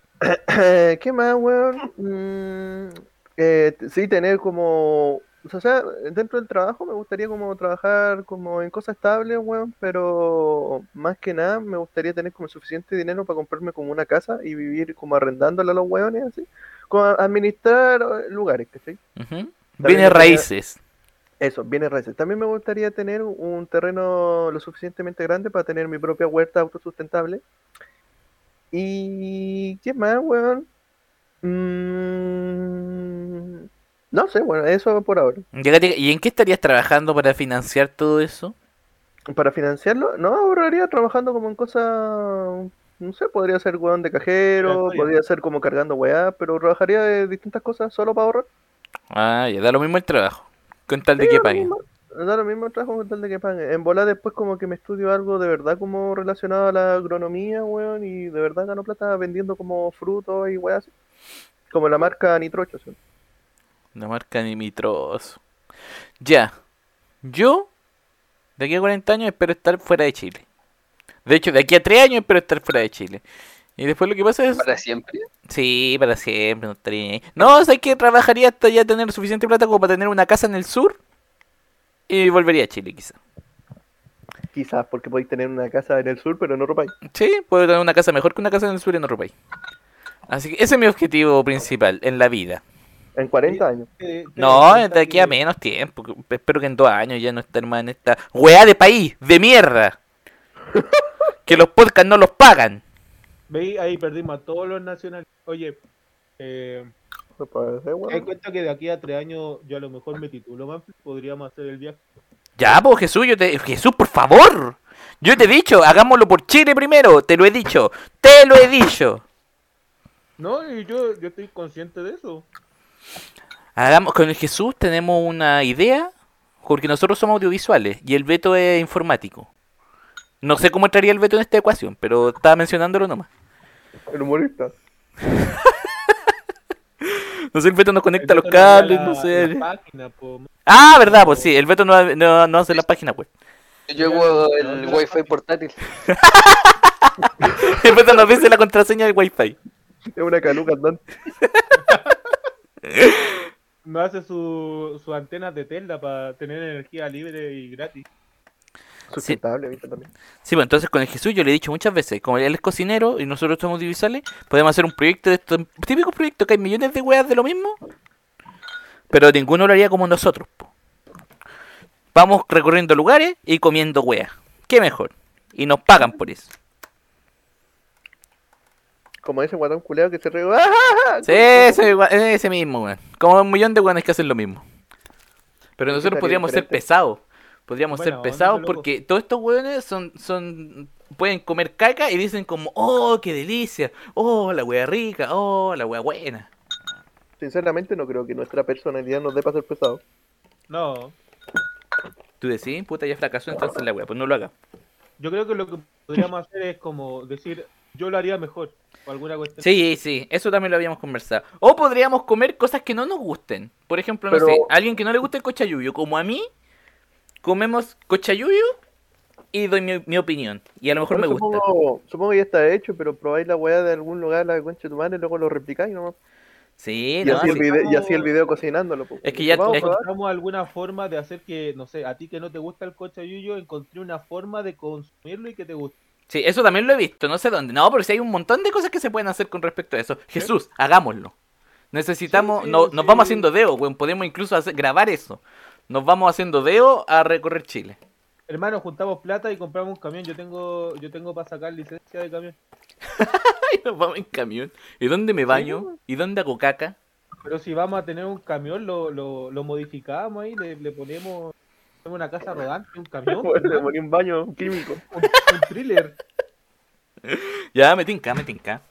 Eh, ¿Qué más, weón? Mm, eh, t- sí, tener como... O sea, dentro del trabajo me gustaría como trabajar como en cosas estables, weón, pero más que nada me gustaría tener como suficiente dinero para comprarme como una casa y vivir como arrendándola a los weones, así. Como a- administrar eh, lugares, ¿cachai?
Ujú.
También
Bienes
me gustaría-
raíces.
Eso, bienes raíces. También me gustaría tener un terreno lo suficientemente grande para tener mi propia huerta autosustentable. Y... ¿Qué más, weón? Mm, No sé, bueno, eso por ahora.
Ya, Gatica, ¿Y en qué estarías trabajando para financiar todo eso?
Para financiarlo, no ahorraría trabajando como en cosas... No sé, podría ser weón de cajero,
Aleatorio.
podría ser como cargando weá, pero trabajaría de distintas cosas solo para ahorrar.
Ah, ya da lo mismo el trabajo. Con tal de
Sí,
que
da lo
paguen.
mismo- Da lo mismo el trabajo con tal de que paguen. En volar después como que me estudio algo de verdad como relacionado a la agronomía, weón, y de verdad gano plata vendiendo como frutos y weas. así. Como la marca Nitrocho, ¿sí?
La marca ni mi trozo. Ya. Yo, de aquí a 40 años, espero estar fuera de Chile. De hecho, de aquí a 3 años espero estar fuera de Chile. Y después lo que pasa es...
Para siempre.
Sí, para siempre. No, estaría ahí. no sé que trabajaría hasta ya tener suficiente plata como para tener una casa en el sur. Y volvería a Chile, quizá.
Quizás porque podéis tener una casa en el sur, pero en otro país.
Sí, puedo tener una casa mejor que una casa en el sur en otro país. Así que ese es mi objetivo principal en la vida.
En 40 años.
Te- te
No,
das cuenta
de aquí a
que-
menos tiempo. que- Espero que en dos años ya no estar más en esta weá de país, de mierda. que los podcasts no los pagan.
Veí, ahí perdimos a todos los nacionales. Oye, eh,
No puede ser, weón.
te das cuenta que de aquí a tres años yo a lo mejor me titulo, man, podríamos hacer el viaje.
Ya, pues Jesús, yo te... Jesús, por favor. Yo te he dicho, hagámoslo por Chile primero. Te lo he dicho. Te lo he dicho.
No, y yo, yo estoy consciente de eso.
Hagamos, con el Jesús tenemos una idea, porque nosotros somos audiovisuales y el veto es informático. No sé cómo entraría el veto en esta ecuación, pero estaba mencionándolo nomás.
El humorista.
No sé, el veto nos conecta los
Entonces, no había
cables,
la-
no sé.
la página, po, man.
Ah, verdad, pues sí, el Beto no, no, no hace la página pues. web.
Yo hago el wifi portátil.
El Beto nos dice la contraseña del Wi-Fi.
Es una caluca andante.
no hace sus su antenas de Tesla para tener energía libre y gratis.
Sustentable, viste también.
Sí, pues entonces con el Jesús yo le he dicho muchas veces, como él es cocinero y nosotros somos divisales, podemos hacer un proyecto de estos típicos proyectos que hay millones de weas de lo mismo, pero ninguno lo haría como nosotros. po. Vamos recorriendo lugares y comiendo weas. ¿Qué mejor? Y nos pagan por eso.
Como ese guatón culeado que se ríe. ¡Ah!
Sí, ese, gua- ese mismo, weón. Como un millón de weones que hacen lo mismo. Pero
Es que
nosotros
estaría
podríamos ser
diferente.
pesados. Podríamos
Buena
ser
onda,
pesados
loco.
porque todos estos weones son, son pueden comer caca y dicen como, oh, qué delicia, oh, la wea rica, oh, la wea buena.
Sinceramente no creo que nuestra personalidad nos dé para ser pesados.
No.
Tú decís, puta, ya fracasó entonces la wea, pues no lo haga.
Yo creo que lo que podríamos hacer es como decir, yo lo haría mejor. O alguna cuestión.
Sí, sí, eso también lo habíamos conversado. O podríamos comer cosas que no nos gusten. Por ejemplo, no
Pero-
sé, a alguien que no le gusta el cochayuyo, como a mí, comemos cochayuyo y doy mi, mi opinión. Y a lo mejor me
Bueno,
gusta.
Supongo, supongo que ya está hecho, pero probáis la weá de algún lugar, la concha de tu madre, y luego lo replicáis nomás.
Sí,
Y,
no,
así el
sí.
video, y así el video cocinándolo. po.
Es que ya-
Vamos
es-
a probar.
encontramos alguna forma de hacer que, no sé, a ti que no te gusta el cochayuyo, encontré una forma de consumirlo y que te guste.
Sí, eso también lo he visto, no sé dónde. No, pero sí hay un montón de cosas que se pueden hacer con respecto a eso. Jesús, hagámoslo. Necesitamos,
Sí, sí,
no, nos
sí.
vamos haciendo deo, weón. Podemos incluso hacer- grabar eso. Nos vamos haciendo deo a recorrer Chile.
Hermano, juntamos plata y compramos un camión. Yo tengo yo tengo para sacar licencia de camión.
Ay, nos vamos en camión. ¿Y dónde me baño? ¿Y dónde hago caca?
Pero si vamos a tener un camión, lo, lo, lo modificamos ahí, le, le ponemos ponemos una casa rodante, un camión, un,
Bueno, pues, le poní un baño químico.
un thriller.
Ya, me tinca, me tinca.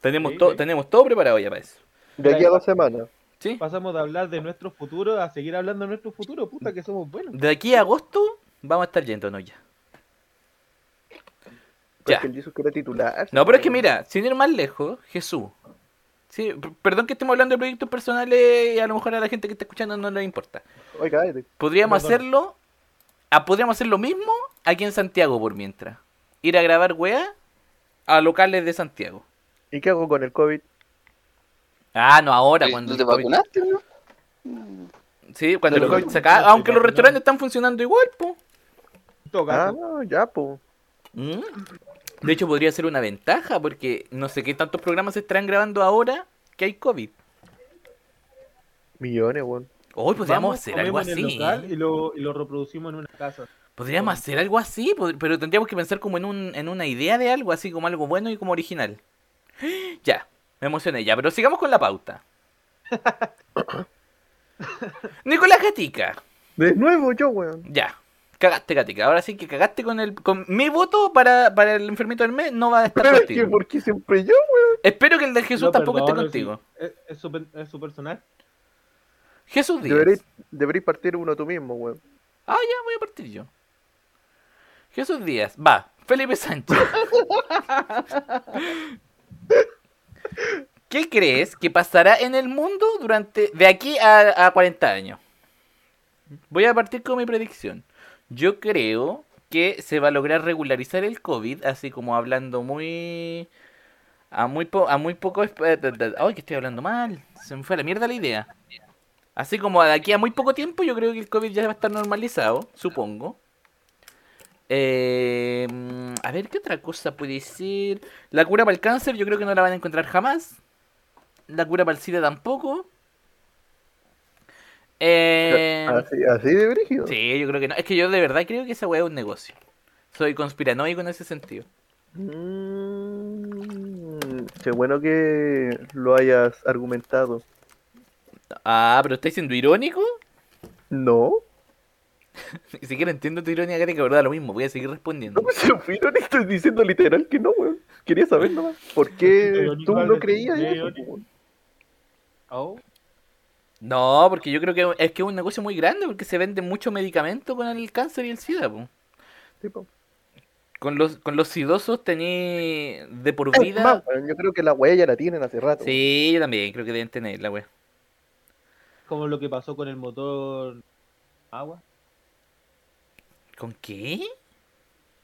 Tenemos,
Sí,
todo,
sí.
tenemos todo preparado ya para eso.
De aquí a dos semanas.
¿Sí?
Pasamos de hablar de nuestro futuro a seguir hablando de nuestro futuro, puta que somos buenos.
De aquí a agosto vamos a estar yéndonos ya. Ya.
Porque el Jesus quiere titular.
No, pero es que
eh,
mira, sin ir más lejos, Jesús. Sí, p- perdón que estemos hablando de proyectos personales y a lo mejor a la gente que está escuchando no le importa.
Oiga, cállate.
Podríamos
Perdón.
hacerlo. ah, podríamos hacer lo mismo aquí en Santiago por mientras. Ir a grabar weá a locales de Santiago.
¿Y qué hago con el COVID?
Ah, no, ahora
Oye,
cuando.
¿No
el
te
COVID-
vacunaste, no?
Sí, cuando
No,
el
no,
COVID se
no,
acaba,
no,
Aunque
no,
los
no.
restaurantes están funcionando igual, po.
En todo
Ah,
caso,
no, ya, po.
Mm. De hecho, podría ser una ventaja porque no sé qué tantos programas se estarán grabando ahora que hay COVID.
Millones, weón.
Hoy podríamos
vamos,
hacer algo
comemos en el
así.
local y lo, y lo reproducimos en una casa.
Podríamos hacer algo así, pod- pero tendríamos que pensar como en, un, en una idea de algo, así como algo bueno y como original. Ya, me emocioné ya, pero sigamos con la pauta. Nicolás Gatica,
De nuevo yo, weón.
ya. Cagaste, Gatica. Ahora sí que cagaste con el. Con mi voto para, para el enfermito del mes no va a estar
Pero es que,
contigo.
¿por qué siempre yo?
Espero que el de Jesús
Lo
tampoco esté
perdono, sí.
contigo.
Es, es su, pe- es su personal.
Jesús Díaz.
Deberéis deberéis partir uno tú mismo, weón.
Ah, ya voy a partir yo. Jesús Díaz, va. Felipe Sánchez. ¿Qué crees que pasará en el mundo durante de aquí a, a 40 años? Voy a partir con mi predicción. Yo creo que se va a lograr regularizar el COVID, así como hablando muy a muy po- a muy poco esp- eh, da- da- ay que estoy hablando mal, se me fue a la mierda la idea. Así como de aquí a muy poco tiempo, yo creo que el COVID ya va a estar normalizado, supongo. Eh, mm, a ver, ¿qué otra cosa puede ser? La cura para el cáncer, yo creo que no la van a encontrar jamás. La cura para el SIDA tampoco. Eh,
Así, así de brígido.
sí, yo creo que no. Es que yo de verdad creo que esa weá es un negocio. Soy conspiranoico en ese sentido.
Mm, qué bueno que lo hayas argumentado.
Ah, pero ¿estáis siendo irónico?
No.
Ni siquiera entiendo tu ironía, Gatica, pero da lo mismo. Voy a seguir respondiendo.
No me supino, le estoy diciendo literal que no, weón. Quería saber nomás. ¿Por qué
Irónico,
tú no
Alberto,
creías en
de
eso,
irónico.
weón?
Oh,
No, porque yo creo que es que es un negocio muy grande porque se vende mucho medicamento con el cáncer y el SIDA. po.
Tipo,
Con los con los sidosos tení de por
es
vida.
más, weón, yo creo que la huella la tienen hace rato.
Sí, yo también creo que deben tener la wea.
como lo que pasó con el motor agua.
¿Con qué?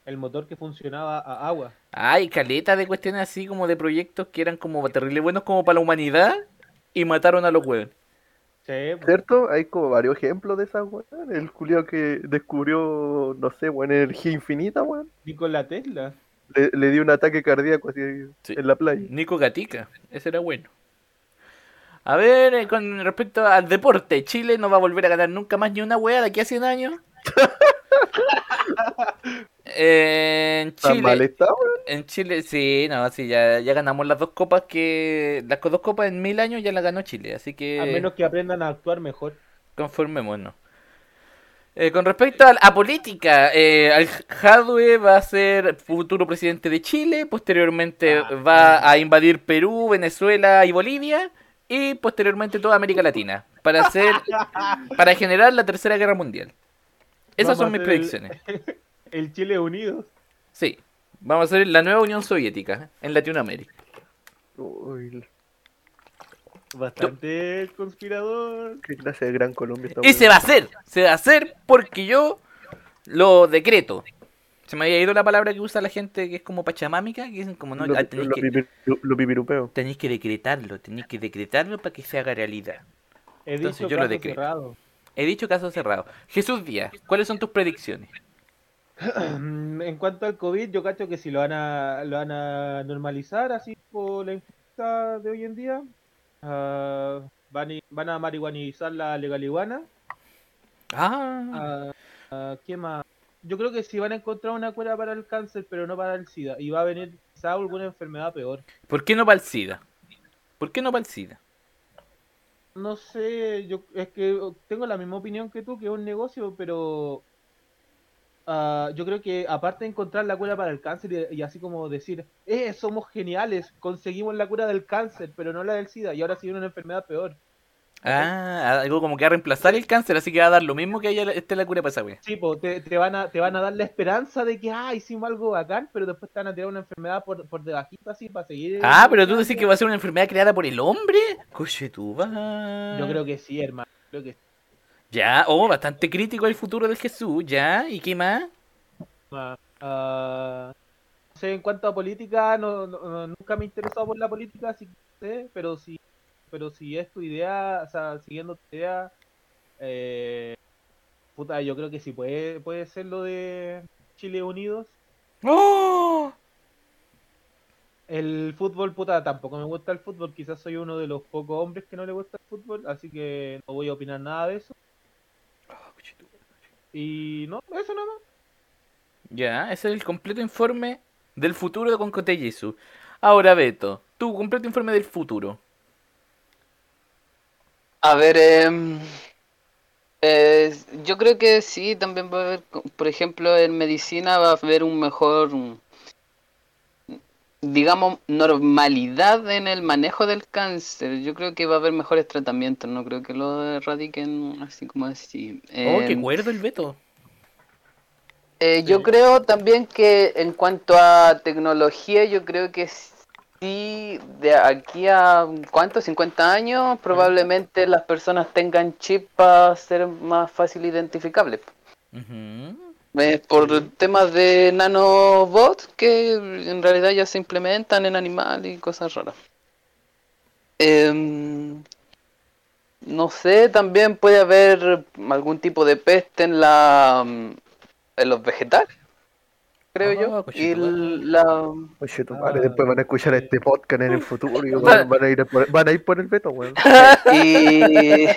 El motor que funcionaba a agua.
Ay, caleta de cuestiones así como de proyectos que eran como terrible buenos como para la humanidad y mataron a los huevos.
Sí, pues,
¿Cierto? Hay como varios ejemplos de esas, weón. El culiao que descubrió, no sé, weón, energía infinita, weón.
Nikola Tesla.
Le, le dio un ataque cardíaco así
Sí.
en la playa.
Nico Gatica, ese era bueno. A ver, eh, con respecto al deporte, Chile no va a volver a ganar nunca más ni una wea de aquí a 100 años. en
Tan mal
Chile,
está, weón.
en Chile, sí, no, sí, ya, ya ganamos las dos copas que. Las co- dos copas en mil Eh. años ya las ganó Chile, así que.
A menos que aprendan a actuar mejor.
Conformémonos. Eh, con respecto a, a política, eh, al Jadwe va a ser futuro presidente de Chile, posteriormente
Ah,
va a invadir Perú, Venezuela y Bolivia, y posteriormente toda América Latina, para hacer, para generar la Tercera Guerra Mundial. Esas
Vamos a
son mis
hacer el-
predicciones.
El Chile Unido.
Sí, vamos a hacer la nueva Unión Soviética en Latinoamérica.
Uy,
Bastante conspirador.
qué clase de Gran Colombia está,
Y se va a hacer, se va a hacer porque yo lo decreto. Se me había ido la palabra que usa la gente que es como pachamámica, que dicen como no,
lo,
ah, tenéis
lo
que-
pipiru- lo- lo pipirupeo.
Tenéis que decretarlo, tenéis que decretarlo para que se haga realidad.
He
Entonces
dicho
yo lo
caso
decreto.
cerrado.
He dicho caso cerrado. Jesús Díaz, ¿cuáles son tus predicciones?
En cuanto al COVID, yo cacho que si lo van a, lo van a normalizar así por la influenza de hoy en día, ah, van, y- van a marihuanizar la legal iguana.
Ah,
Ah, ah, ¿Qué más? Yo creo que si van a encontrar una cura para el cáncer, pero no para el SIDA, y va a venir quizá alguna enfermedad peor.
¿por qué no para el SIDA? ¿Por qué no para el SIDA?
No sé, yo es que oh, tengo la misma opinión que tú, que es un negocio, pero ah, yo creo que aparte de encontrar la cura para el cáncer y, y así como decir, eh, somos geniales, conseguimos la cura del cáncer, pero no la del SIDA, y ahora sí viene una enfermedad peor.
Ah, algo como que va a reemplazar el cáncer, así que va a dar lo mismo que haya esté la cura para esa wea.
Sí, po, te, te van a, te van a dar la esperanza de que, ah, hicimos algo bacán, pero después te van a tirar una enfermedad por, por debajito así para seguir.
Ah, pero tú decís que va a ser una enfermedad creada por el hombre. Coche, tú vas.
Yo creo que sí, hermano. Creo que sí,
Ya, oh, bastante crítico el futuro del Jesús, ya. ¿Y qué más?
ma. Ah, no sé, en cuanto a política, no, no- no- nunca me he interesado por la política, así que no sé, pero si, pero si es tu idea, o sea, siguiendo tu idea, eh, puta, yo creo que sí puede, puede ser lo de Chile Unidos.
¡Oh!
El fútbol, puta, tampoco me gusta el fútbol. Quizás soy uno de los pocos hombres que no le gusta el fútbol, así que no voy a opinar nada de eso. Y no, eso nada más.
Ya, ese es el completo informe del futuro de Concote Jesús. Ahora, Beto, tu completo informe del futuro.
A ver, em, eh, yo creo que sí, también va a haber, co- por ejemplo, en medicina va a haber un mejor, mm, digamos, normalidad en el manejo del cáncer. Yo creo que va a haber mejores tratamientos, no creo que lo erradiquen así como así.
Oh, qué
Em,
cuerdo el Beto.
eh, yo creo también que en cuanto a tecnología, yo creo que sí, de aquí a ¿cuántos? 50 años, probablemente las personas tengan chip para ser más fácil identificables.
Ujú.
Eh, por temas de nanobots que en realidad ya se implementan en animales y cosas raras. Em, no sé, también puede haber algún tipo de peste en la mm, en los vegetales, creo
Ah,
yo. Y
cochito,
l- la
Oye, tu
Ah,
madre, Oh, después van a escuchar este podcast en el futuro y
Para-
van, van a, ir a por, van a ir por el veto, weón.
y,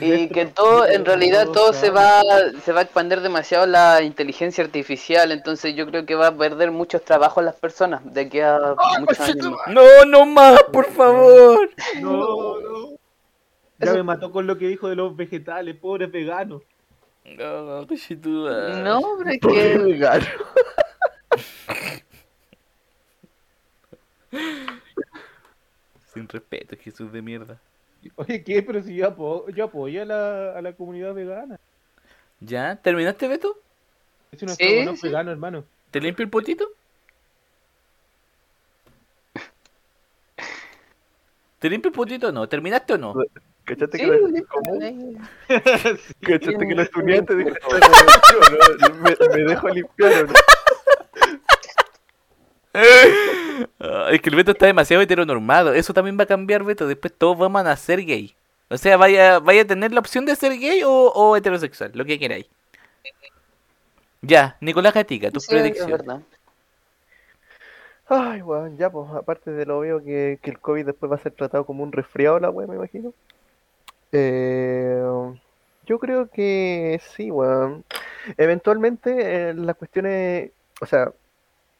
y que todo en realidad todo se va se va a expandir demasiado la inteligencia artificial entonces yo creo que va a perder muchos trabajos las personas de aquí a
Ah, pues
muchos años más.
No, no más,
Mm.
por favor.
No, no. Ya me mató con lo que dijo de los vegetales, pobres veganos.
No, conchetumare.
no pero es
Por
que
el gato.
Sin respeto, Jesús de mierda.
Oye, ¿qué? Pero si yo, apo- yo apoyo a la, a la comunidad vegana.
¿Ya? ¿Terminaste, Beto?
Es un
Sí,
estómago
sí.
vegano, hermano.
¿Te limpio el potito? ¿Te limpio el potito o no? ¿Terminaste o no?
¿Cachaste
sí,
que la- ¿cómo? ¿Cachaste que la estudiante dijo "Esta es la revolución, no? me, me dejo limpiar, ¿o no?
Ah, es que el Beto está demasiado heteronormado. Eso también va a cambiar, Beto. Después todos vamos a nacer gay. O sea, vaya, vaya a tener la opción de ser gay o, o heterosexual, lo que queráis. Ya, Nicolás Gatica, tus
sí, es
predicciones.
verdad.
Ay, weón, ya, pues, aparte de lo obvio que, que el COVID después va a ser tratado como un resfriado, la weón, me imagino. Eh, yo creo que sí, weón. Eventualmente, eh, las cuestiones, o sea,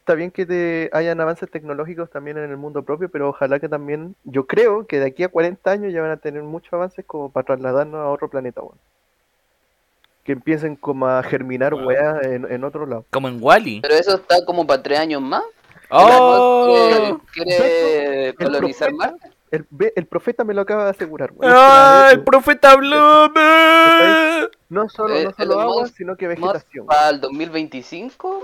está bien que te hayan avances tecnológicos también en el mundo propio, pero ojalá que también, yo creo que de aquí a 40 años ya van a tener muchos avances como para trasladarnos a otro planeta, weón. que empiecen como a germinar
Bueno.
weá en, en otro lado.
Como en Wally.
Pero eso está como para tres años más.
¡Oh!
¿Quiere, quiere
El
colonizar más?
profeta- El, ve- el profeta me lo acaba de asegurar, weón.
¡Ah,
Es
el
que
profeta habló!
No solo, no
Eh,
solo
Elon
agua,
Musk-
sino que
¿Más
vegetación.
para el 2025?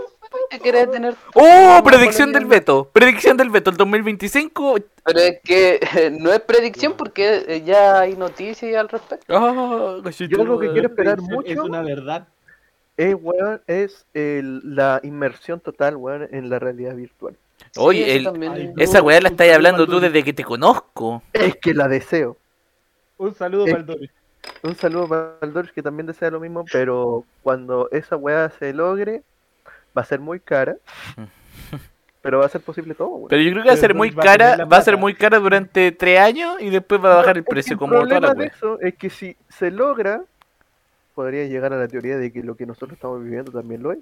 ¿Qué querés tener?
¡Oh! Predicción del veto. Predicción del veto. El 2025.
Pero es que eh, no es predicción porque eh, ya hay noticias al respecto.
¡Oh!
Yo algo que quiero esperar
Es
mucho
una verdad.
es, Eh, weón, es el- la inmersión total, weón, en la realidad virtual.
Oye,
Sí, eso
el-
también
Ay,
es-
Esa weá la estáis hablando tú desde que te conozco.
Es que la deseo.
Un saludo
Eh,
para el Doris.
Un saludo para el Dorch, que también desea lo mismo, pero cuando esa weá se logre, va a ser muy cara. Pero va a ser posible todo, weón.
Pero yo creo que va a
Pero
ser
no
muy
va a tener
cara,
la
va a ser
plata.
muy cara durante tres años y después va a bajar el
Es que
precio como toda
problema
la
de
weá.
eso es que si se logra, podría llegar a la teoría de que lo que nosotros estamos viviendo también lo es.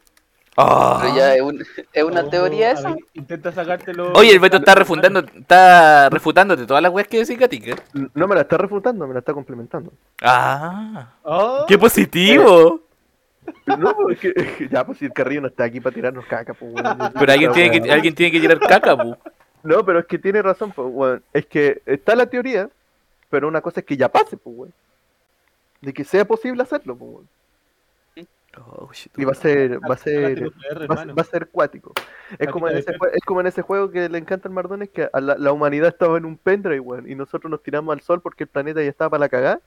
Ah.
Pero ya es, un- es una
Oh,
teoría
a
esa.
ver, Intenta sacártelo.
Oye, el Beto está refundando, está refutándote todas las weas que decís, Gatica.
N- No me la está refutando, me la está complementando.
Ah,
Oh,
qué positivo.
No, es que, es que ya, pues si el carrillo no está aquí para tirarnos caca, pues bueno.
Pero alguien tiene que, alguien tiene que tirar caca, pu.
No, pero es que tiene razón, pues bueno. Es que está la teoría, pero una cosa es que ya pase, pues bueno. De que sea posible hacerlo, pues bueno.
Oh, shit.
Y va a ser, va a
Hágate
ser,
nuclear,
va a ser,
hermano.
va a ser cuático. Es
Cuático
como, en
de
ese,
ser.
jue- es como en ese juego que le encanta al Mardones que a la, la humanidad estaba en un pendrive, weón, y nosotros nos tiramos al sol porque el planeta ya estaba para la cagada.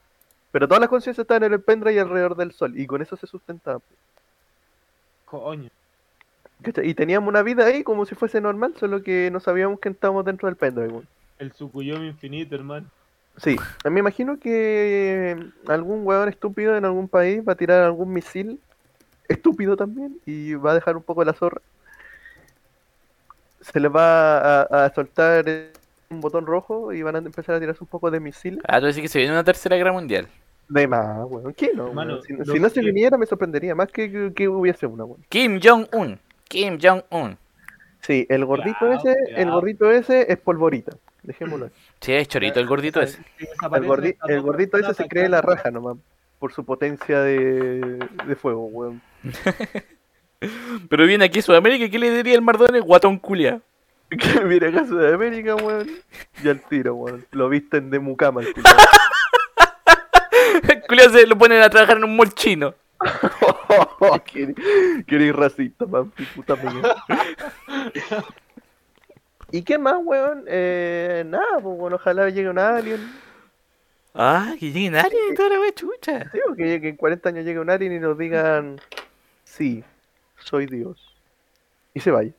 Pero todas las conciencias estaban en el pendrive alrededor del sol, y con eso se sustentaba.
Coño.
¿cachai? Y teníamos una vida ahí como si fuese normal, solo que no sabíamos que estábamos dentro del pendrive, weón.
El Tsukuyomi infinito, hermano.
Sí, me imagino que algún huevón estúpido en algún país va a tirar algún misil estúpido también y va a dejar un poco la zorra. Se les va a, a soltar un botón rojo y van a empezar a tirarse un poco de misil.
Ah, tú decís que se viene una tercera guerra mundial.
De más, weón. ¿Qué no?
Hermano,
weón? Si,
lo
si no se
que-
viniera me sorprendería más que, que, que hubiese una, weón.
Kim Jong-un. Kim Jong-un.
Sí, el gordito
Cuidado,
ese, el
cuidado.
gordito ese es polvorita. Dejémoslo. ahí.
Sí, es chorito el gordito ese.
El, gordi- el gordito ese se cree la raja nomás por su potencia de, de fuego, weón.
Pero viene aquí a Sudamérica, ¿qué le diría el Mardones? Guatón culia.
Que viene acá a Sudamérica, weón. Y al tiro, weón. Lo visten de mucama el culo.
culia se lo ponen a trabajar en un mall chino.
Queréis racista, man. Puta mía. ¿Y qué más, weón? Eh, nada, pues, bueno, ojalá llegue un alien.
Ah, que llegue nadie y toda la wea chucha.
Sí, o que, llegue- que en 40 años llegue un alien y nos digan, sí, soy Dios. Y se vaya.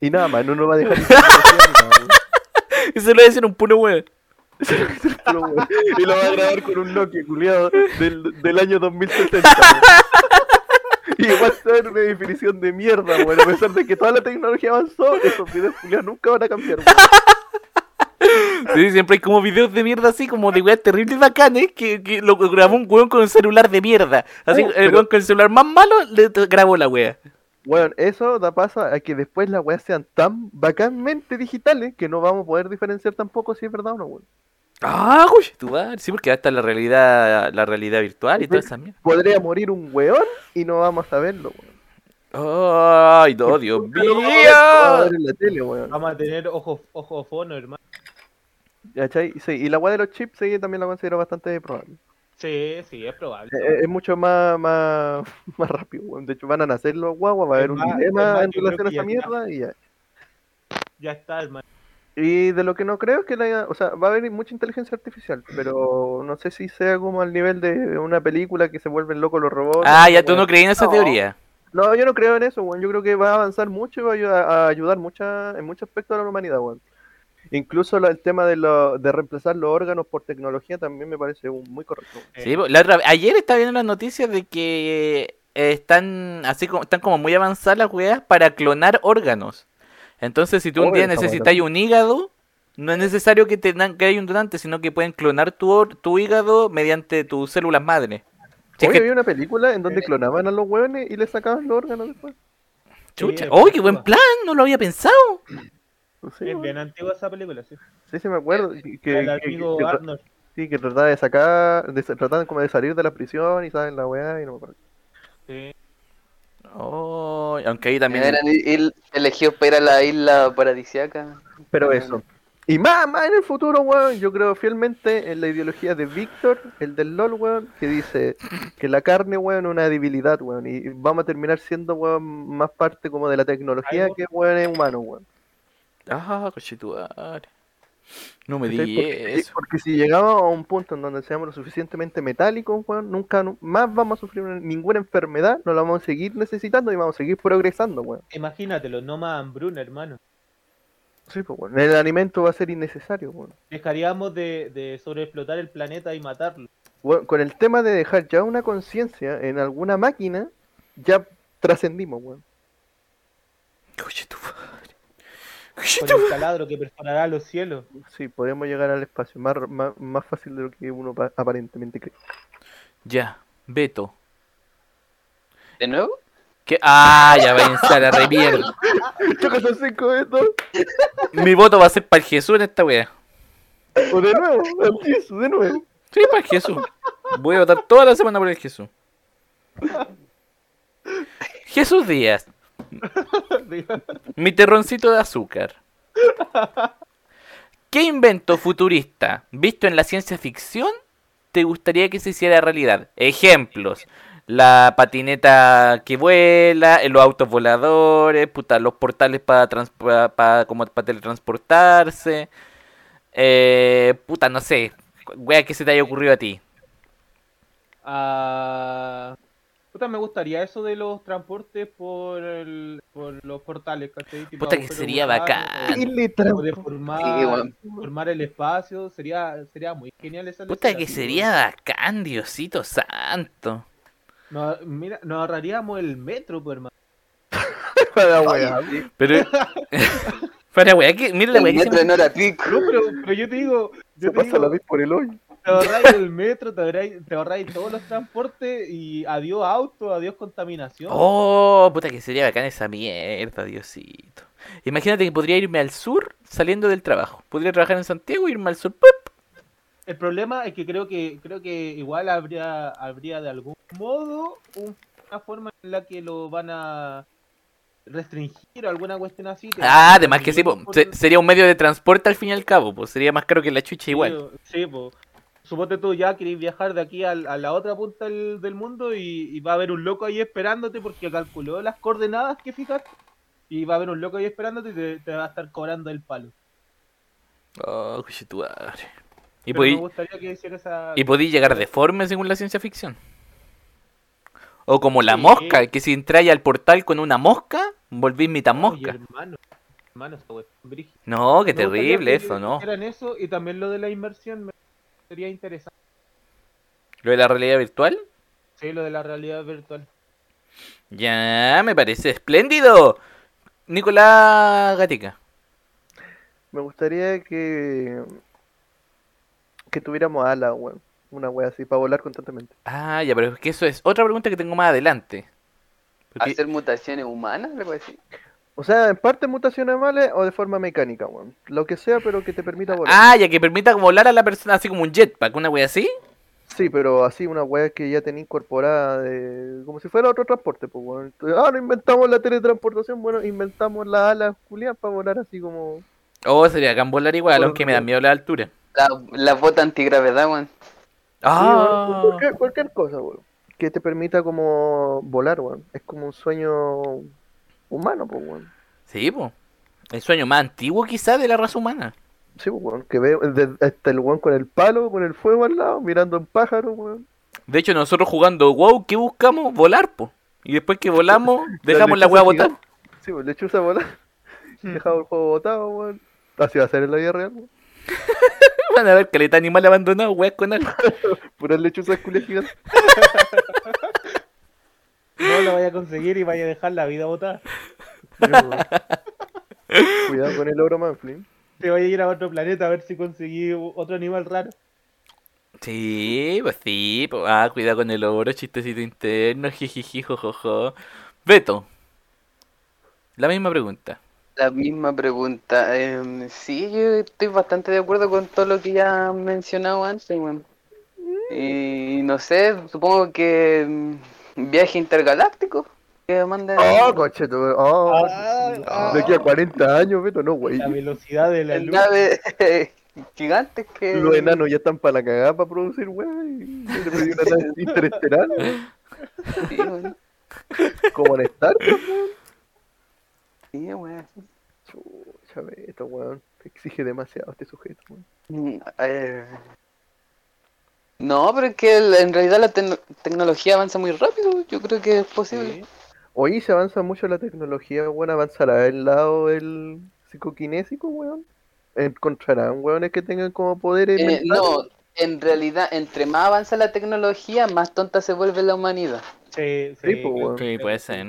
Y nada más, no nos va a dejar ni información ni nada, weón.
Y se lo va a decir un puro weón.
Pero, weón, y lo va a grabar con un Nokia culiado del, del año 2070. weón. Y va a ser una definición de mierda, weón. A pesar de que toda la tecnología avanzó, esos videos culiados nunca van a cambiar, weón.
Sí, siempre hay como videos de mierda así, como de weas terribles bacanes, que, que lo grabó un weón con un celular de mierda. Así,
Oh,
el
pero-
weón con el celular más malo le t- grabó la wea.
Weón, eso da paso a que después las weas sean tan bacanmente digitales que no vamos a poder diferenciar tampoco si es verdad o no, weón.
Ah, uy, tu madre. Sí, porque hasta la realidad, la realidad virtual y toda esa mierda.
Podría morir un weón y no vamos a saberlo, weón.
Ay, no, Dios
No vamos a
mío.
ver en la tele, weón.
Vamos a tener ojo, ojo fono, hermano.
¿Cachai? Sí, y la wea de los chips, sí, también la considero bastante probable.
Sí, sí, es probable.
Eh, eh, Es mucho más, más, más rápido, weón. De hecho, van a nacer los guaguas, va a haber
Es
un
más- es
dilema
más,
en
yo
relación
creo
a
que
esa
ya está.
mierda y ya. eh.
Ya está, hermano.
Y de lo que no creo es que la, o sea, va a haber mucha inteligencia artificial, pero no sé si sea como al nivel de una película que se vuelven locos los robots.
Ah, ya
como-
tú no creí en esa
No.
teoría.
No, yo no creo en eso, weón. Yo creo que va a avanzar mucho y va a ayudar, a ayudar mucha, en muchos aspectos a la humanidad, weón. Incluso la- el tema de, lo- de reemplazar los órganos por tecnología también me parece un- muy correcto. weón.
Sí, po, la otra, ayer estaba viendo las noticias de que eh, están así como están como muy avanzadas las weas para clonar órganos. Entonces, si tú un
Oh,
día
esa weá
necesitas un hígado, no es necesario que tengan que haya un donante, sino que pueden clonar tu, or- tu hígado mediante tus células madre. Si es
Oye,
que-
había una película en donde
Eh,
clonaban a los hueones y les sacaban los órganos después.
chucha,
Sí,
¡Oh, qué buen
antigua.
plan! No lo había pensado.
Sí,
Es
weón.
bien antigua esa película, sí.
Sí, sí, me acuerdo. Que, que-
El
que-
amigo
que-
Arnold.
Sí, que trataban de sacar, de, trataban como de salir de la prisión y saben la weá y no me acuerdo.
Sí.
Oh, aunque ahí también.
Eran il- il- elegidos para ir a la isla paradisiaca.
Pero eso. Y más, más en el futuro, weón, yo creo fielmente en la ideología de Víctor, el del LOL, weón, que dice que la carne, weón, es una debilidad, weón, y vamos a terminar siendo, weón, más parte como de la tecnología
Cyborg.
que, weón, es humano, weón.
Ah, conchetumare. No me
¿Cachai?
digas
Porque,
eso.
porque si llegamos a un punto en donde seamos lo suficientemente metálicos, weón, nunca nu- más vamos a sufrir una- ninguna enfermedad, no la vamos a seguir necesitando y vamos a seguir progresando, weón.
Imagínatelo, no más hambruna, hermano.
Sí, pues, weón, el alimento va a ser innecesario, weón.
Dejaríamos de, de sobreexplotar el planeta y matarlo.
Weón, Con el tema de dejar ya una conciencia en alguna máquina, ya trascendimos, weón.
Conchetumare.
Con
Conchetumare.
el taladro que perforará los cielos.
Sí, podemos llegar al espacio más, más, más fácil de lo que uno pa- aparentemente cree.
Ya, Beto.
¿De nuevo?
¿Qué? Ah, ya va a instar a re mierda.
Choca esos cinco estos,
Mi voto va a ser para el Jesús en esta wea.
o de nuevo, al Jesús, de nuevo.
Sí, para el Jesús. Voy a votar toda la semana por el Jesús. Jesús Díaz, mi terroncito de azúcar. ¿Qué invento futurista visto en la ciencia ficción te gustaría que se hiciera realidad? Ejemplos. La patineta que vuela, eh, los autos voladores, puta, los portales para como para teletransportarse. Eh, puta, no sé. Wea que se te haya ocurrido a ti.
Ah, puta, me gustaría eso de los transportes por, el- por los portales, ¿cachai? Tipo
Puta, que
agujero
sería
lunar,
Ah,
bacán.
o-
Teletra-
o de formar,
Sí, weón.
formar el espacio, sería, sería muy genial esa
Puta
lectura,
que
sí,
sería bacán, Diosito santo.
weón. No, mira, nos ahorraríamos el metro, pues, hermano.
Para, weón.
Pero. Para weá, que. Mira la
El
weá que se
metro
me-
en hora pico.
No, pero, pero yo te digo,
Se
yo te
pasa la
digo,
vez por el hoyo.
te ahorráis el metro, te ahorráis, te ahorráis todos los transportes y adiós auto, adiós contaminación.
Oh, puta que sería bacán esa mierda, Diosito. Imagínate que podría irme al sur saliendo del trabajo. Podría trabajar en Santiago y irme al sur. ¡pup!
El problema es que creo que creo que igual habría habría de algún modo un- una forma en la que lo van a restringir o alguna cuestión así. te-
Ah, además que sí, po,
por-
se- sería un medio de transporte al fin y al cabo, pues sería más caro que la chucha
sí,
igual.
Sí, po. Suponte tú ya querés viajar de aquí al- a, la otra punta del, del mundo y, y va a haber un loco ahí esperándote porque calculó las coordenadas que fijaste y va a haber un loco ahí esperándote y te, te va a estar cobrando el palo.
Oh, coche tu madre. Y
Pero
podí,
me gustaría que hiciera esa...
y podí llegar deforme según la ciencia ficción. O como la
Sí.
mosca, que si entráis al portal con una mosca, volvís mitad
Oye,
mosca.
hermano, hermano, esa cuestión brígida.
No, qué
Me gustaría
terrible
que
eso, ¿no?
hicieran eso y también lo de la inversión me sería interesante.
Lo de la realidad virtual.
Sí, lo de la realidad virtual.
Ya, me parece espléndido. Nicolás Gatica.
Me gustaría que. que tuviéramos alas, weón. Una wea así, para volar constantemente.
Ah, ya, pero es que eso es otra pregunta que tengo más adelante. Porque-
¿Hacer mutaciones humanas? Algo así.
O sea, en parte mutaciones males o de forma mecánica, weón. Lo que sea, pero que te permita volar.
Ah, ya que permita volar a la persona así como un jetpack, una wea así.
Sí, pero así una weá que ya tenía incorporada de... como si fuera otro transporte, pues weón. Entonces, ah, no inventamos la teletransportación, bueno, inventamos las alas culiadas para volar así como.
Oh, sería acá en volar igual,
Por-
aunque me da miedo la altura.
La, la bota antigravedad, weón.
Sí,
Ah,
weón, cualquier, cualquier cosa, weón. Que te permita como volar, weón. Es como un sueño humano, pues weón.
sí, po. El sueño más antiguo quizá de la raza humana.
Sí, pues, weón, que veo desde hasta el weón con el palo, con el fuego al lado, mirando un pájaro, weón.
De hecho, nosotros jugando WoW, ¿qué buscamos? Volar, po. Y después que volamos, dejamos la wea botada.
Sí, pues, lechuza volar.
Hmm.
Dejado el juego botado, weón. Así va a ser en la vida real, weón.
Van a ver caleta animal abandonado, weas con algo.
Puras lechuzas culias gigantes.
No lo vaya a conseguir y vaya a dejar la vida botada.
Cuidado con el oro Manflin.
Te vaya a ir a otro planeta a ver si conseguí u- otro animal raro.
Sí, pues sí, pues, ah, cuidado con el oro, chistecito interno, jijiji, jojojo. Beto, la misma pregunta.
La misma pregunta. Em, sí, yo estoy bastante de acuerdo con todo lo que ya han mencionado antes, weón. Y no sé, supongo que mm, viaje intergaláctico que manda.
Oh, coche, tú, oh.
Ah,
De aquí a 40 años, Beto, no, güey.
La velocidad de la
el
luz.
nave gigantes que.
Los enanos ya están para la cagada para producir, güey. Yo te pedí una nave interestelar,
Sí, weón.
como en Star Wars.
Sí, weón.
Chucha, Beto, weón. Te exige demasiado este sujeto, weón.
Mm, eh. No, pero es que el- en realidad la tecno- tecnología avanza muy rápido. Yo creo que es posible. Eh,
Hoy se avanza mucho la tecnología, weón. Avanzará el lado del psicoquinésico, weón. Encontrarán weones que tengan como poderes.
Eh,
mentales.
no, en realidad, entre más avanza la tecnología, más tonta se vuelve la humanidad.
Sí, sí,
Sí, pues, weón.
Sí, puede ser.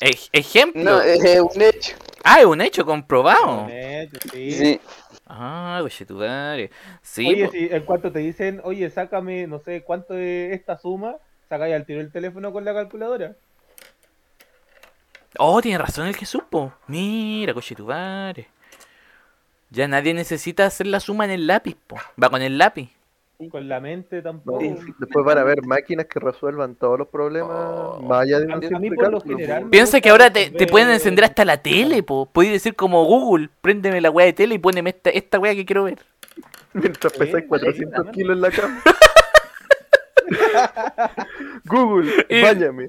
Ej- ejemplo.
No, es eh, un hecho.
Ah, es un hecho comprobado.
Neto, sí. pues.
Sí.
Ah, oye, tu madre. Sí,
Oye,
po-
si en cuanto te dicen, oye, sácame, no sé cuánto es esta suma, sacáis al tiro el teléfono con la calculadora.
Oh, tiene razón el que supo. Mira, coche tu madre. Ya nadie necesita hacer la suma en el lápiz, po. Va con el lápiz.
Con la mente
No,
tampoco.
Sí.
Después van a haber máquinas que resuelvan todos los problemas
Oh.
más allá de
A
un
mí- a
simple
mí por lo
cálculo,
general
weón.
me-
Piensa que ahora te, te pueden encender hasta la tele, po. Podéis decir como Google, préndeme la weá de tele y poneme esta, esta weá que quiero ver.
Mientras
Sí,
pesáis
sí,
400
también.
kilos en la cama. Google,
Y-
báñame.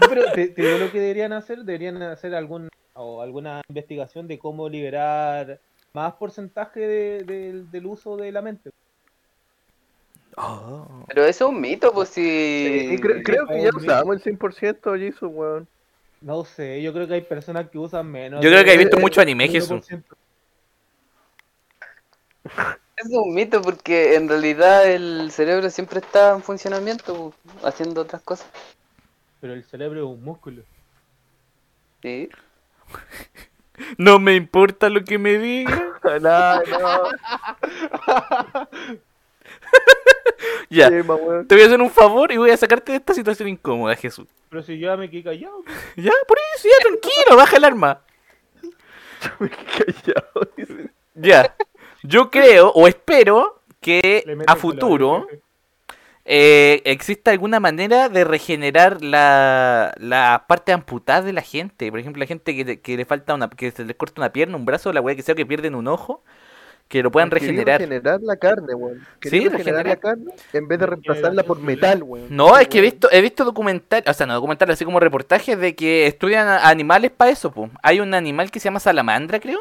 No, pero te, te digo lo que deberían hacer, deberían hacer algún o alguna investigación de cómo liberar más porcentaje de- del- del uso de la mente.
Oh.
Pero eso es un mito, pues si.
Y cre- creo que ya
oh,
usábamos el 100% Jason, weón.
No sé, yo creo que hay personas que usan menos.
Yo creo que he visto
Eh,
mucho anime,
1%.
Es un mito porque en realidad el cerebro siempre está en funcionamiento, pues, haciendo otras cosas.
Pero el cerebro es un músculo.
Sí.
No me importa lo que me diga.
No, no,
Ya,
Chema, weón.
te voy a hacer un favor y voy a sacarte de esta situación incómoda, Jesús.
Pero si yo ya me quedé callado, pues,
Ya, por eso, ya, tranquilo, baja el arma.
Me quedé callado, dice.
Ya. Yo creo o espero que
le meto
a
el color.
futuro eh, exista alguna manera de regenerar la, la parte amputada de la gente. Por ejemplo, la gente que, le- que le falta una, que se le corta una pierna, un brazo, la weá que sea, que pierden un ojo, que lo puedan
Quería
regenerar.
regenerar la carne, weón. Quería
Sí,
regenerar la carne en vez de reemplazarla por metal, weón.
No, es que he visto, he visto documentales, o sea, no documentales, así como reportajes de que estudian a- animales para eso, po. Hay un animal que se llama salamandra, creo,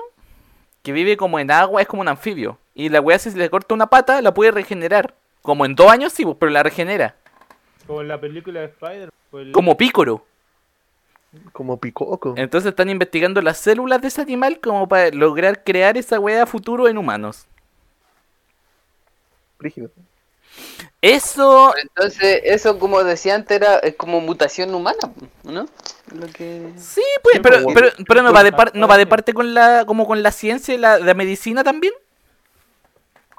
que vive como en agua, es como un anfibio. Y la weá, si se le corta una pata, la puede regenerar. Como en dos años, sí, po, pero la regenera.
Como en la película de Spider. pues, el-
Como pícoro.
Como picoco.
Entonces están investigando las células de ese animal como para lograr crear esa weá a futuro en humanos.
Rígido.
Eso,
Entonces, eso como decía antes era es como mutación humana, ¿no? Lo que
sí, pues,
Sí,
pero,
po,
pero,
weón.
pero no va de, par- no va de parte con la, como con la ciencia y la, la medicina también.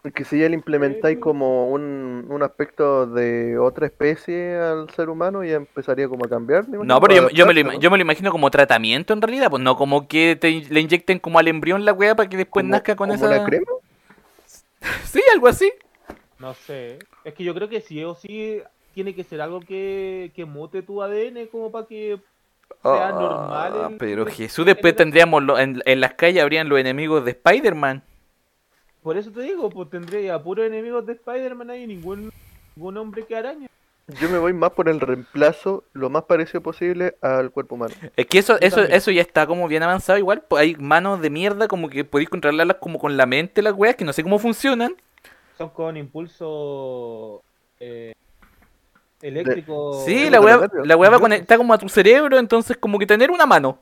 Porque si ya le implementáis como un, un aspecto de otra especie al ser humano, ya empezaría como a cambiar. me
No,
imagino,
pero yo,
para
yo me lo,
adaptarse,
ima-
¿no?
yo me lo imagino como tratamiento en realidad, pues no como que te in- le inyecten como al embrión la weá para que después
Como-
pues nazca con
como
esa.
una crema?
Sí, algo así.
No sé. Es que yo creo que sí o sí tiene que ser algo que, que mute tu ADN como para que sea
Ah,
normal. el-
pero
el-
Jesús, después tendríamos lo- en, en las calles habrían los enemigos de Spider-Man.
Por eso te digo, pues tendría a puros enemigos de Spider-Man ahí, ningún, ningún hombre que araña.
Yo me voy más por el reemplazo lo más parecido posible al cuerpo humano.
Es que eso,
Yo
eso,
también.
eso ya está como bien avanzado igual. Pues hay manos de mierda como que podéis controlarlas como con la mente las weas que no sé cómo funcionan.
Son con impulso eh, eléctrico.
sí,
sí,
la
con
wea,
los nervios.
la wea va
Nervios.
conectada como a tu cerebro, entonces como que tener una mano.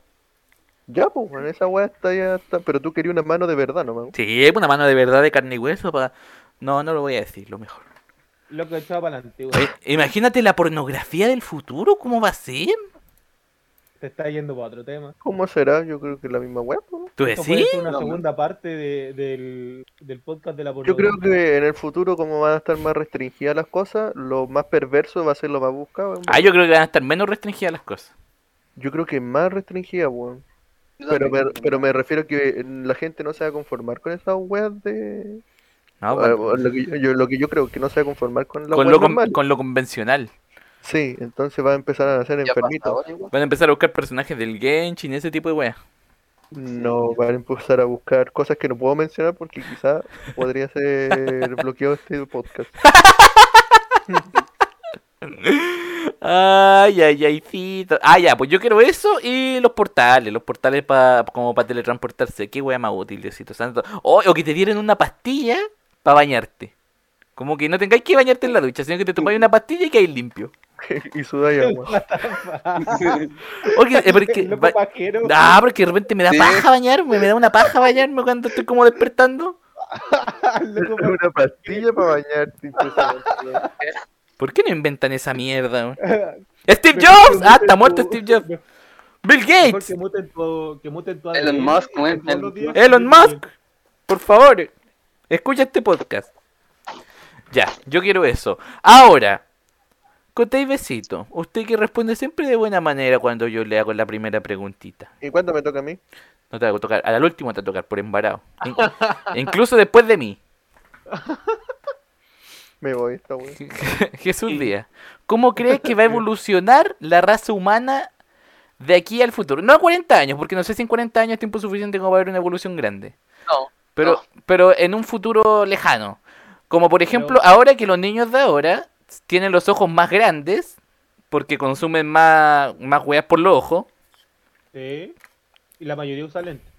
Ya, pues, bueno, esa weá está ya. Está... Pero tú querías una mano de verdad, ¿no? man?
Sí, pues, una mano de verdad de carne y hueso para... No, no lo voy a decir, lo mejor.
Lo que echaba para la antigua.
Oye, Imagínate la pornografía del futuro, ¿cómo va a ser?
Te está yendo para otro tema.
¿Cómo será? Yo creo que la misma weá, pues, ¿no?
¿Tú
Esto puede
decís?
ser una
No,
segunda parte de- del, del podcast de la
Yo creo
pornografía.
que en el futuro, como van a estar más restringidas las cosas, lo más perverso va a ser lo más buscado.
Ah, yo creo que van a estar menos restringidas las cosas.
Yo creo que más restringidas, weón. Pero me, pero me refiero que la gente no se va a conformar con esas weas de.
No,
Ah,
con,
bueno, lo, que yo, yo- lo que yo creo que no se va a conformar con la
con
wea
lo, con-
normal.
con lo convencional.
Sí, entonces va a empezar a hacer
Ya pasa
enfermitos.
ahora igual.
Van a empezar a buscar personajes del Genshin, ese tipo de weas.
No, van a empezar a buscar cosas que no puedo mencionar porque quizá podría ser bloqueado este podcast.
Ay, ay, ay, cito. Ah, ya, pues yo quiero eso y los portales. Los portales pa, como para teletransportarse. Qué wea más útil, Diosito Santo. Oh, O, o que te dieran una pastilla para bañarte. Como que no tengáis que bañarte en la ducha, sino que te tomáis una pastilla y caes limpio.
y suda y agua.
O que, eh, porque,
Loco
ba-
pajero.
Ah, porque de repente me da
Sí.
paja bañarme, me da una paja bañarme cuando estoy como despertando.
Loco pajero.
Una pastilla para bañarte. impresionante.
¿Por qué no inventan esa mierda? weón? ¡Steve Jobs! Ah, está muerto Steve Jobs. ¡Bill
Mejor
Gates!
que muten tu, que muten tu ADN
Elon Musk,
todos
weón,
los
Elon
días.
Elon Musk, por favor, escucha este podcast. Ya, yo quiero eso. Ahora, Cotei Besito, usted que responde siempre de buena manera cuando yo le hago la primera preguntita.
¿Y cuándo me toca a mí?
No te va a tocar, al último te va a tocar por embarado. In- incluso después de mí.
Me voy esta wea.
Jesús Díaz, ¿cómo crees que va a evolucionar la raza humana de aquí al futuro? No a 40 años, porque no sé si en 40 años es tiempo suficiente como para haber una evolución grande.
No,
Pero, pero en un futuro lejano. Como por ejemplo, ahora que los niños de ahora tienen los ojos más grandes, porque consumen más, más weas por los ojos.
Sí. Y la mayoría usa lentes.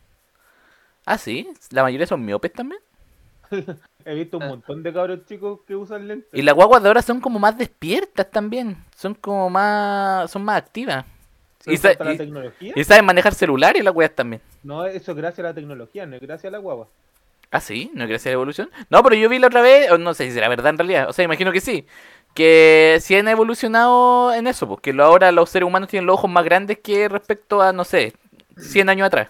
Ah, sí, la mayoría son miopes también.
He visto un montón de cabros chicos que usan lentes.
Y las guaguas de ahora son como más despiertas también. Son como más. son más activas.
Pero
Y,
es
sa-
por la
y-
tecnología?
y saben manejar celulares las weas también.
No, eso es gracias a la tecnología, no es gracias a la guagua.
Ah, sí, no es gracias a la evolución. No, pero yo vi la otra vez, o no sé si será verdad en realidad, o sea, imagino que sí, que sí han evolucionado en eso, porque lo- ahora los seres humanos tienen los ojos más grandes que respecto a, no sé, 100 años atrás.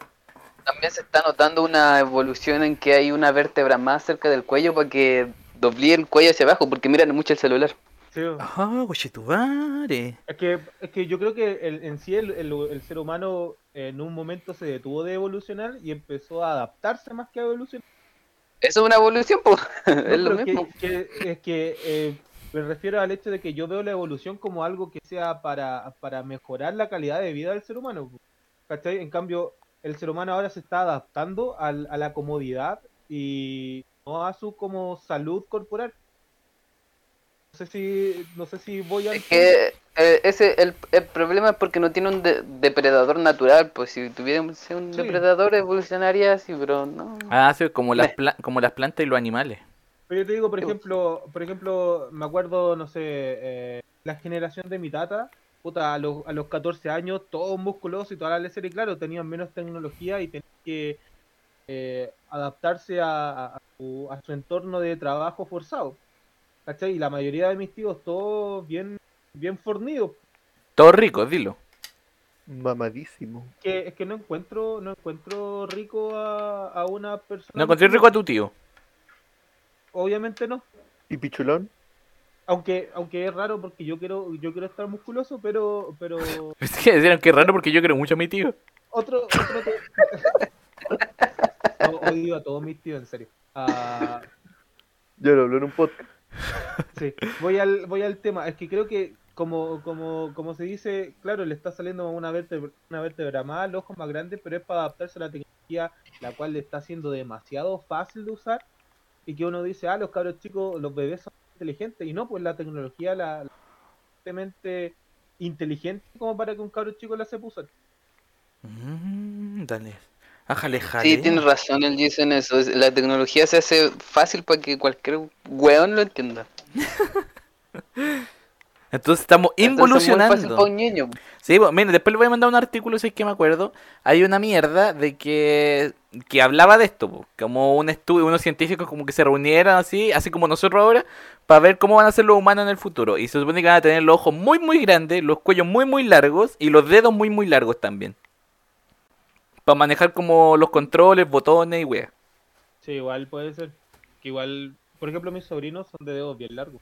también se está notando una evolución en que hay una vértebra más cerca del cuello para que doble el cuello hacia abajo, porque miran mucho el celular.
Sí.
Ah, guachitubare.
Es que, es que yo creo que el- en sí el, el- el ser humano en un momento se detuvo de evolucionar y empezó a adaptarse más que a evolucionar.
Eso es una evolución, pues.
No,
es lo
pero que-
mismo.
que- es que eh, me refiero al hecho de que yo veo la evolución como algo que sea para, para mejorar la calidad de vida del ser humano. po. ¿Cachai? En cambio, el ser humano ahora se está adaptando al- a la comodidad y no a su como salud corporal. No sé si, no sé si voy a...
Es que eh, ese el, el problema es porque no tiene un de- depredador natural, pues si tuviéramos un
Sí.
depredador evolucionaría así, pero no.
Ah, sí, como las,
Meh.
pla- como las plantas y los animales.
Pero yo te digo, por
Sí, pues.
ejemplo, por ejemplo, me acuerdo, no sé, eh, la generación de mi tata, puta, a los, a los 14 años, todos musculosos y toda la lecer, y claro, tenían menos tecnología y tenían que eh, adaptarse a, a- a su, a su entorno de trabajo forzado. ¿Cachai? Y la mayoría de mis tíos, todos bien, bien fornidos.
Todo rico, dilo.
Mamadísimo.
Que, es que no encuentro, no encuentro rico a, a una persona.
No encontré rico a tu tío.
Obviamente no.
¿Y pichulón?
Aunque, aunque es raro porque yo quiero, yo quiero estar musculoso, pero, pero
Es que decían que raro porque yo creo mucho a mi tío.
otro, otro te- No, odio a todos mis tíos, en serio. Ah,
Yo lo hablo en un podcast.
sí. Voy al, voy al tema. Es que creo que como, como, como se dice, claro, le está saliendo una vértebra, una vértebra más, los ojos más grandes, pero es para adaptarse a la tecnología, la cual le está haciendo demasiado fácil de usar, y que uno dice, ah, los cabros chicos, los bebés son inteligentes, y no, pues la tecnología la, la suficientemente inteligente como para que un cabro chico la sepa usar.
Mm, dale. Ájale, jale.
Sí, tienes razón el Jason en eso. es- La tecnología se hace fácil para que cualquier weón lo entienda.
Entonces estamos
Entonces, es muy
involucionando.
fácil para un niño.
Sí, bueno, mire, después le voy a mandar un artículo si es que me acuerdo. Hay una mierda de que, que hablaba de esto, po, como un estudio, unos científicos como que se reunieran así, así como nosotros ahora, para ver cómo van a ser los humanos en el futuro. Y se supone que van a tener los ojos muy, muy grandes, los cuellos muy, muy largos y los dedos muy, muy largos también. Para manejar como los controles, botones y wea.
Sí, igual puede ser. Que igual, por ejemplo, mis sobrinos son de dedos bien largos.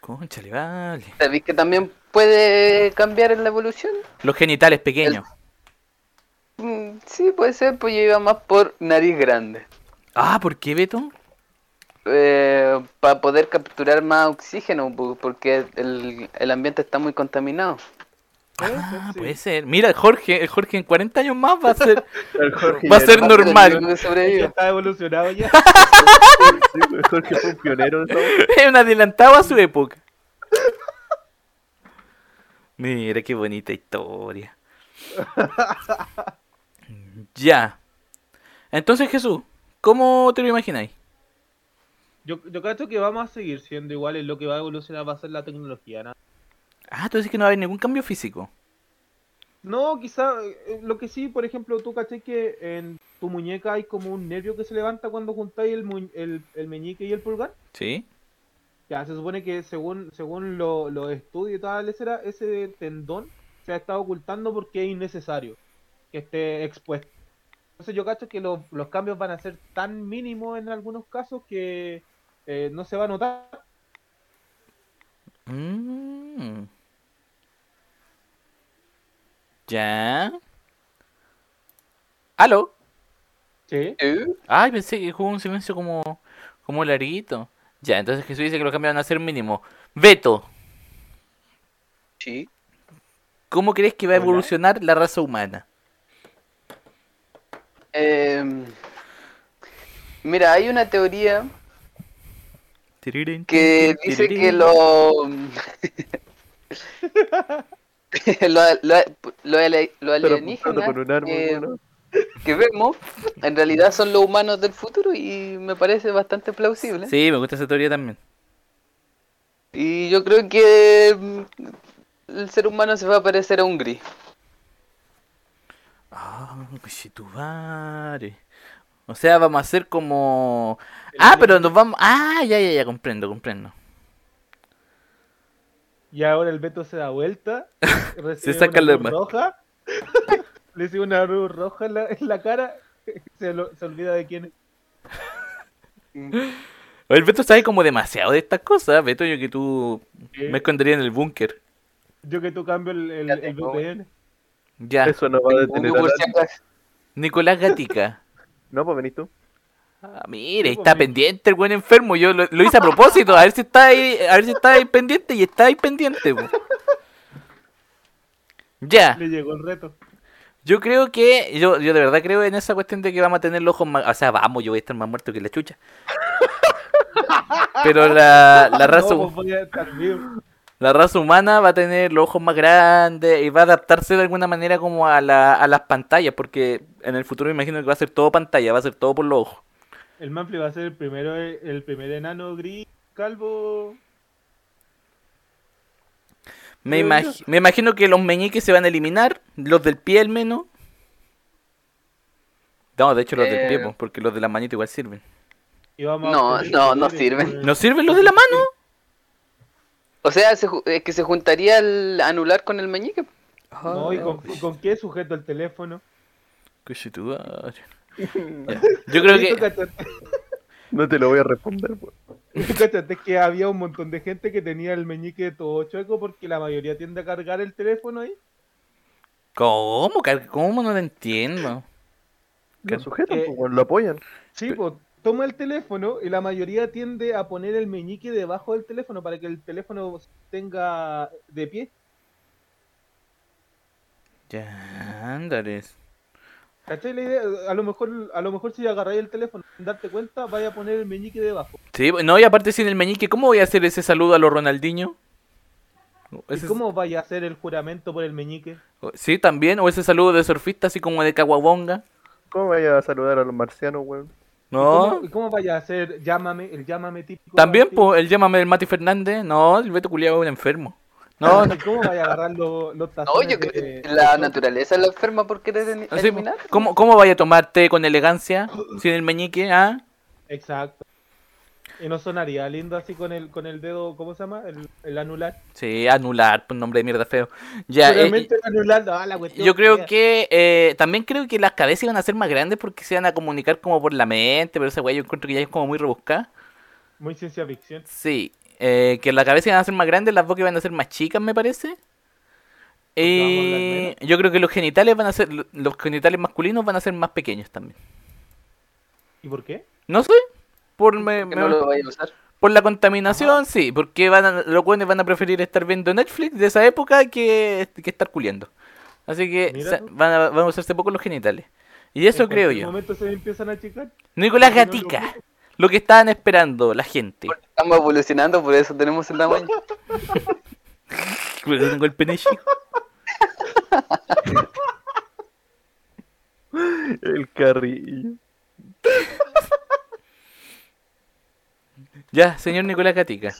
Conchale, vale.
¿Sabéis que también puede cambiar en la evolución?
Los genitales pequeños.
Sí, puede ser, pues yo iba más por nariz grande.
Ah, ¿por qué, Beto?
para Eh, poder capturar más oxígeno, po- porque el, el ambiente está muy contaminado.
Ah,
sí.
puede ser. Mira, el Jorge, el Jorge en 40 años más va a ser.
El Jorge
Va a
y el
ser
Max,
normal.
Yo creo que
Ya
sobrevivo.
está evolucionado ya.
sí, el Jorge fue un pionero en esa weá.
es un adelantado a su época. Mira, qué bonita historia. ya. Entonces, Jesús, ¿cómo te lo imagináis?
Yo, yo creo que vamos a seguir siendo iguales. Lo que va a evolucionar va a ser la tecnología. ¿no?
Ah, tú dices que no va a haber ningún cambio físico.
No, quizá eh, lo que sí, por ejemplo, tú caché que en tu muñeca hay como un nervio que se levanta cuando juntáis el, mu- el, el meñique y el pulgar.
¿Sí?
Ya, se supone que según según lo- los estudios y tal, ese, era- ese tendón se ha estado ocultando porque es innecesario que esté expuesto. Entonces yo cacho que los, los cambios van a ser tan mínimos en algunos casos que eh, no se va a notar.
Mm. Ya. ¿Aló?
Sí.
¿Eh?
Ay, pensé que hubo un silencio como, como larguito. Ya, entonces Jesús dice que los cambios van a ser mínimo. Beto,
Sí.
¿cómo crees que va a
Hola.
evolucionar la raza humana?
Em, mira, hay una teoría que dice que lo... lo, lo, lo ale- lo
Pero apuntando
alienígenas
con un árbol,
eh,
bueno.
que vemos en realidad son los humanos del futuro y me parece bastante plausible.
Sí, me gusta esa teoría también.
Y yo creo que mm, el ser humano se va a parecer a un gris.
Ah, si tu madre. O sea, vamos a ser como... Ah, pero nos vamos... Ah, ya, ya, ya, comprendo, comprendo.
Y ahora el Beto se da vuelta, recibe
saca
una
el
luz
arma.
roja, le sigue una luz roja en la, en la cara, se, lo- se olvida de quién es.
El Beto sabe como demasiado de estas cosas. Beto, yo que tú me escondería en el búnker.
Yo que tú cambio el, el,
Ya
el
tengo.
VPN.
Ya.
Eso no va a detener
Yo
a
por si
nadie.
acaso.
Nicolás Gatica.
No, pues venís tú.
Ah, mire,
Sí, pues,
está
mira.
pendiente el buen enfermo. Yo lo, lo hice a propósito, a ver si está ahí, a ver si está ahí pendiente y está ahí pendiente. po. Ya,
Le llegó el reto.
yo creo que, yo, yo de verdad creo en esa cuestión de que vamos a tener los ojos más, o sea, vamos, yo voy a estar más muerto que la chucha. Pero la, la raza,
No, pues voy a estar vivo.
la raza humana va a tener los ojos más grandes y va a adaptarse de alguna manera como a, la- a las pantallas, porque en el futuro me imagino que va a ser todo pantalla, va a ser todo por los ojos.
El Manfle va a ser el primero, el primer enano gris, calvo.
Me,
Creo
imag- me imagino que los meñiques se van a eliminar, los del pie al menos. No, de hecho los del pie,
Eh.
po, porque los de la manito igual sirven.
Y vamos a pues.
No,
obtener
no, no
poderes,
sirven.
¿No sirven los de la mano?
O sea, se ju- eh, que se juntaría el anular con el meñique.
No, ¿y con, y con qué sujeto el teléfono?
Qué situado. Ya. Yo creo
Y tú
que...
cachate-
No te lo voy a responder, pues.
tú cachate que había un montón de gente que tenía el meñique todo chueco porque la mayoría tiende a cargar el teléfono ahí.
¿Cómo? car- ¿Cómo? No lo entiendo.
¿Qué sujetan?
Eh,
pues, bueno, lo apoyan.
Sí, pues toma el teléfono y la mayoría tiende a poner el meñique debajo del teléfono para que el teléfono tenga de pie.
Ya, andares.
¿Cachai la idea? A lo mejor, a lo mejor si agarráis el teléfono sin darte cuenta, vaya a poner el meñique debajo.
Sí, no, y aparte sin el meñique, ¿cómo voy a hacer ese saludo a los Ronaldinho?
¿Y
Ese-
cómo vaya a hacer el juramento por el meñique?
Sí, también, o ese saludo de surfista así como de Caguabonga.
¿Cómo vaya a saludar a los marcianos, weón?
¿Y
No,
¿Cómo, y cómo vaya a hacer llámame, el llámame típico?
También,
antiguo?
pues, el llámame del Mati Fernández. No, el Beto Culiado es un enfermo. No, no.
¿Y ¿Cómo vaya a agarrar los, los
No,
tazones
yo creo
de-
que la
de-
naturaleza la enferma por querer en-
Así,
eliminar.
¿cómo, ¿Cómo vaya a tomarte con elegancia? Sin el meñique, ¿ah?
Exacto. Y no sonaría lindo así con el, con el dedo, ¿cómo se llama? El, el anular.
Sí, anular, pues nombre de mierda feo. Ya, eh,
Realmente el anular, no, la cuestión
yo creo
fea.
que. eh, también creo que las cabezas iban a ser más grandes porque se iban a comunicar como por la mente, pero esa weá yo encuentro que ya es como muy rebuscada.
Muy ciencia ficción.
Sí, eh, que las cabezas iban a ser más grandes, las bocas iban a ser más chicas, me parece. Eh, yo creo que los genitales van a ser, los genitales masculinos van a ser más pequeños también.
¿Y por qué?
No sé, por me-
Que
me-
no lo vayan a usar.
por la contaminación, sí, porque van a- los buenos van a preferir estar viendo Netflix de esa época que, que estar culiando. Así que
Mira
sa-
tú.
van a, van a usarse poco los genitales. Y eso
En
creo
cualquier
yo.
momento se empiezan a achicar.
Nicolás
no lo
Gatica, lo que estaban esperando la gente.
Estamos evolucionando, por eso tenemos el tamaño.
Cuidado con el pene chico.
El carrillo.
Ya, señor Nicolás Gatica.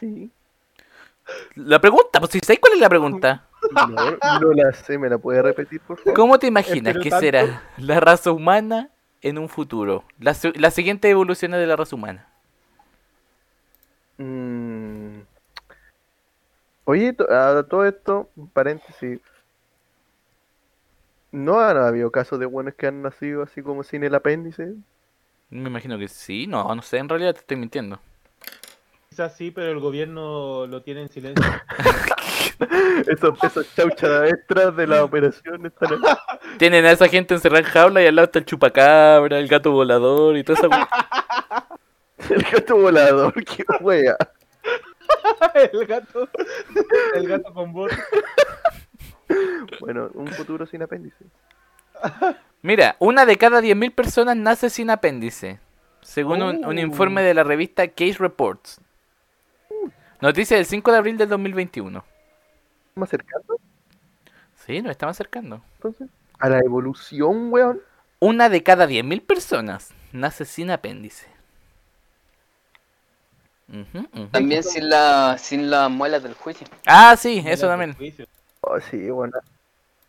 Sí.
La pregunta, pues si sabéis cuál es la pregunta.
No, no la sé, ¿me la puede repetir, por favor?
¿Cómo te imaginas
Espero
que
tanto.
será la raza humana en un futuro? La, su- la siguiente evolución de la raza humana.
Mm. Oye, to- a todo esto, paréntesis. ¿No han habido casos de buenos que han nacido así como sin el apéndice?
Me imagino que sí, no, no sé, en realidad te estoy mintiendo.
Quizás sí, pero el gobierno lo tiene en silencio.
Esos, esos detrás de la operación están ahí.
Tienen a esa gente encerrada en jaula y al lado está el chupacabra, el gato volador y todo eso.
El gato este volador, qué wea.
el gato. El gato con voz.
Bueno, un futuro sin apéndice.
Mira, una de cada 10.000 personas nace sin apéndice, según un,
Uh.
un informe de la revista Case Reports. Noticia del 5 de abril del 2021.
¿Estamos acercando
Sí, nos estamos acercando.
entonces? A la evolución, weón.
Una de cada 10.000 personas nace sin apéndice. Ujú, ujú.
También sin la sin las muelas del juicio.
Ah, sí, eso también.
Oh, sí, weón.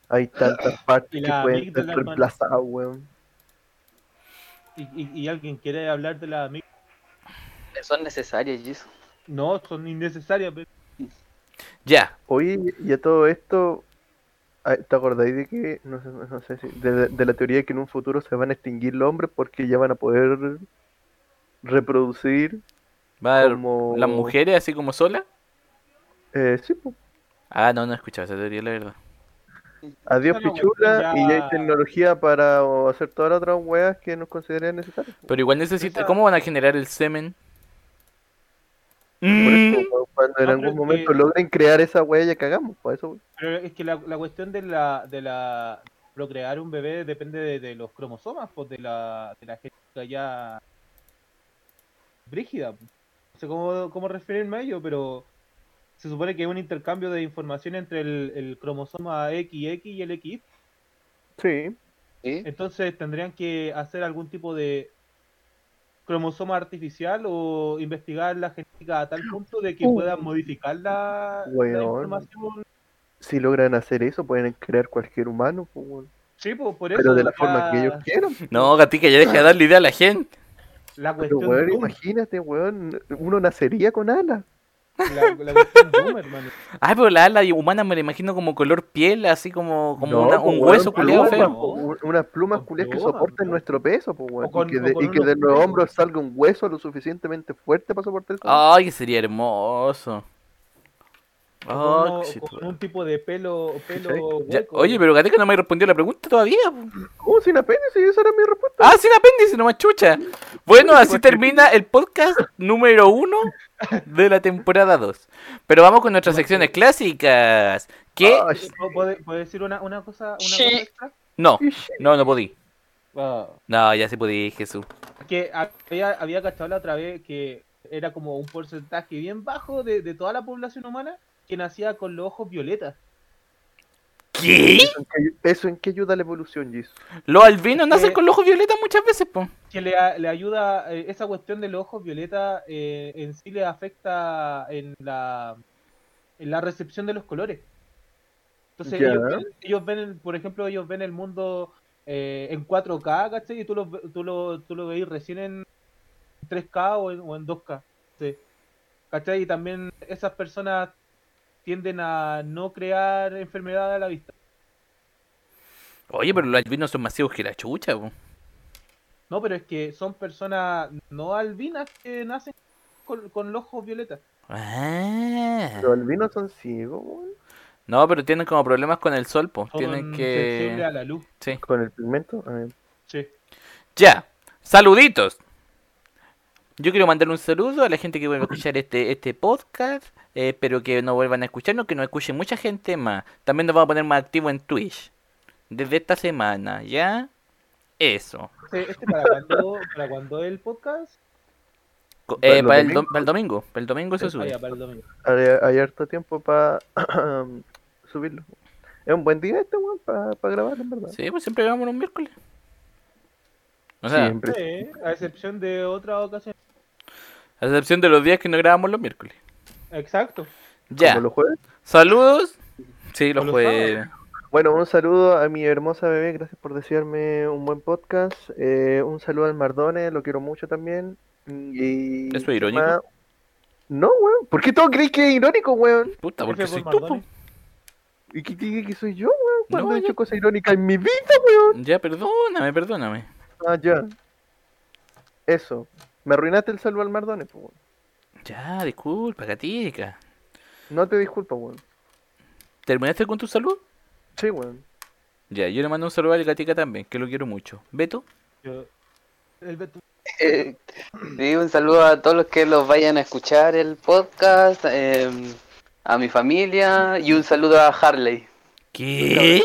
Hay tantas partes
Y
que
la
pueden
amígdala,
ser
hermano.
reemplazadas, weón.
¿Y, y, y alguien quiere hablar de la amígdala?
Son necesarias, y eso.
No, son innecesarias. pero-
Ya.
Oye, y a todo esto, ah, ¿te acordáis de que, no sé, no sé si, de, de la teoría de que en un futuro se van a extinguir los hombres porque ya van a poder reproducir
Va a haber
como...
las mujeres así como sola.
Eh, sí, po.
Ah, no, no he escuchado esa teoría, la verdad.
Adiós
Esa no,
pichula
ya-
y ya hay tecnología para o, hacer todas las otras weas que nos consideran necesarias. po.
Pero igual necesita.
Esa-
¿Cómo van a generar el semen?
Por
Mm.
eso, po, cuando en
No,
algún
Ah, pero es
momento
que-
logren crear esa wea ya cagamos, por pues eso. po.
Pero es que la, la cuestión de la, de la procrear un bebé depende de, de los cromosomas, pues de la, de la genética ya brígida. pues. No sé cómo, cómo referirme a ello, pero se supone que es un intercambio de información entre el, el cromosoma XX y el XY.
Sí.
¿sí?
Entonces tendrían que hacer algún tipo de cromosoma artificial o investigar la genética a tal punto de que
Uh.
puedan modificar la, la
Weón.
información.
Si logran hacer eso, pueden crear cualquier humano, po, weón.
Sí, pues, por eso.
pero de la
ya-
forma que ellos quieran. pues,
No, gatica, ya deja de darle idea a la gente.
La
Pero,
cuestión
weón,
boom,
imagínate, weón, uno nacería con alas.
la, la cuestión boom, hermano.
Ay, pero la ala humana me la imagino como color piel, así como, como
No,
una-
pues,
un
weón,
hueso culiado
plumas,
feo.
po, un- Unas plumas
Con
culiadas que
plumas,
soporten
¿no?
nuestro peso, pues, weón.
O con-
y que
o
de,
con
y que
unos
de los
pelos.
hombros salga un hueso lo suficientemente fuerte para soportar eso.
Ay, que sería hermoso.
Con
Oh,
uno-
qué
con
chido.
un tipo de pelo, pelo
¿Cachai?
hueco.
Ya, oye, pero Gatica no me respondió la pregunta todavía. po.
¿Cómo Uh, sin apéndice? Esa era mi respuesta.
Ah, sin apéndice, nomás chucha. Bueno, así termina el podcast número uno de la temporada 2. Pero vamos Ah. con nuestras secciones clásicas. ¿Qué?
Ay, sí,
¿Puedo, puedo- puedo decir una, una cosa? Una
Sí.
cosa extra?
No,
sí.
no, no podí.
Ah.
No, ya sí podí, Jesús.
que había, había cachado la otra vez que era como un porcentaje bien bajo de, de toda la población humana que nacía con los ojos violetas.
¿Qué?
¿Eso en qué- ¿Eso en qué ayuda a la evolución, Gis?
Los albinos nacen
Eh,
con los ojos violetas muchas veces, po.
Que le, a- le ayuda, eh, esa cuestión de los ojos violetas eh, en sí le afecta en la, en la recepción de los colores. Entonces
Ya.
ellos, ven- ellos ven, el- por ejemplo, ellos ven el mundo eh, en 4K, ¿cachai? Y tú lo, tú, lo, tú lo veis recién en 3K o en, o en 2K. sí. ¿Cachai? Y también esas personas tienden a no crear enfermedades a la vista.
Oye, pero los albinos son más ciegos que la chucha, po.
No, pero es que son personas no albinas que nacen con, con los ojos violetas.
Ah.
Los albinos son ciegos, weón.
No, pero tienen como problemas con el sol, pues.
Son
Tienen
sensibles a
que.
la luz.
Sí.
Con el pigmento. eh,
Sí.
Ya. Saluditos. Yo quiero mandar un saludo a la gente que vuelva a escuchar este, este podcast. eh, espero que no vuelvan a escucharnos, que nos escuche mucha gente más. También nos vamos a poner más activos en Twitch. Desde esta semana, ¿ya? Eso.
Este, este para cuando, para cuando el podcast.
Co-
¿Para
eh,
el
para, el
domingo?
dom- para el domingo. Para el domingo se
Ah,
sube.
ya, para el domingo.
hay, hay harto tiempo para subirlo. Es un buen día este, weón, para grabar, en verdad.
Sí, pues siempre grabamos los miércoles. O sea,
Siempre.
Sí, a excepción de otra ocasión.
a excepción de los días que no grabamos los miércoles.
Exacto.
Ya.
Como los jueves.
Saludos. Sí, los
Como los
jueves.
Bueno, un saludo a mi hermosa bebé, gracias por desearme un buen podcast. Eh, un saludo al Mardone, lo quiero mucho también. Y...
¿Eso es irónico?
Ma- No, weón. ¿Por qué todo creéis que es irónico, weón?
Puta, porque
Ese
soy
por
tú,
Mardone.
po.
¿Y qué tiene que soy yo, weón? ¿Cuándo
No,
he
ya.
hecho cosas irónicas en mi vida, weón?
Ya, perdóname, perdóname.
Ah, ya. Eso. Me arruinaste el saludo al Mardone, pues, weón.
Ya, disculpa, gatica.
No te disculpo, weón.
¿Terminaste con tu salud?
Sí, weón.
Ya, yo le mando un saludo al gatica también, que lo quiero mucho. Beto,
Yo- el Beto-
Eh, sí, un saludo a todos los que los vayan a escuchar el podcast, eh, a mi familia y un saludo a Harley.
¿qué?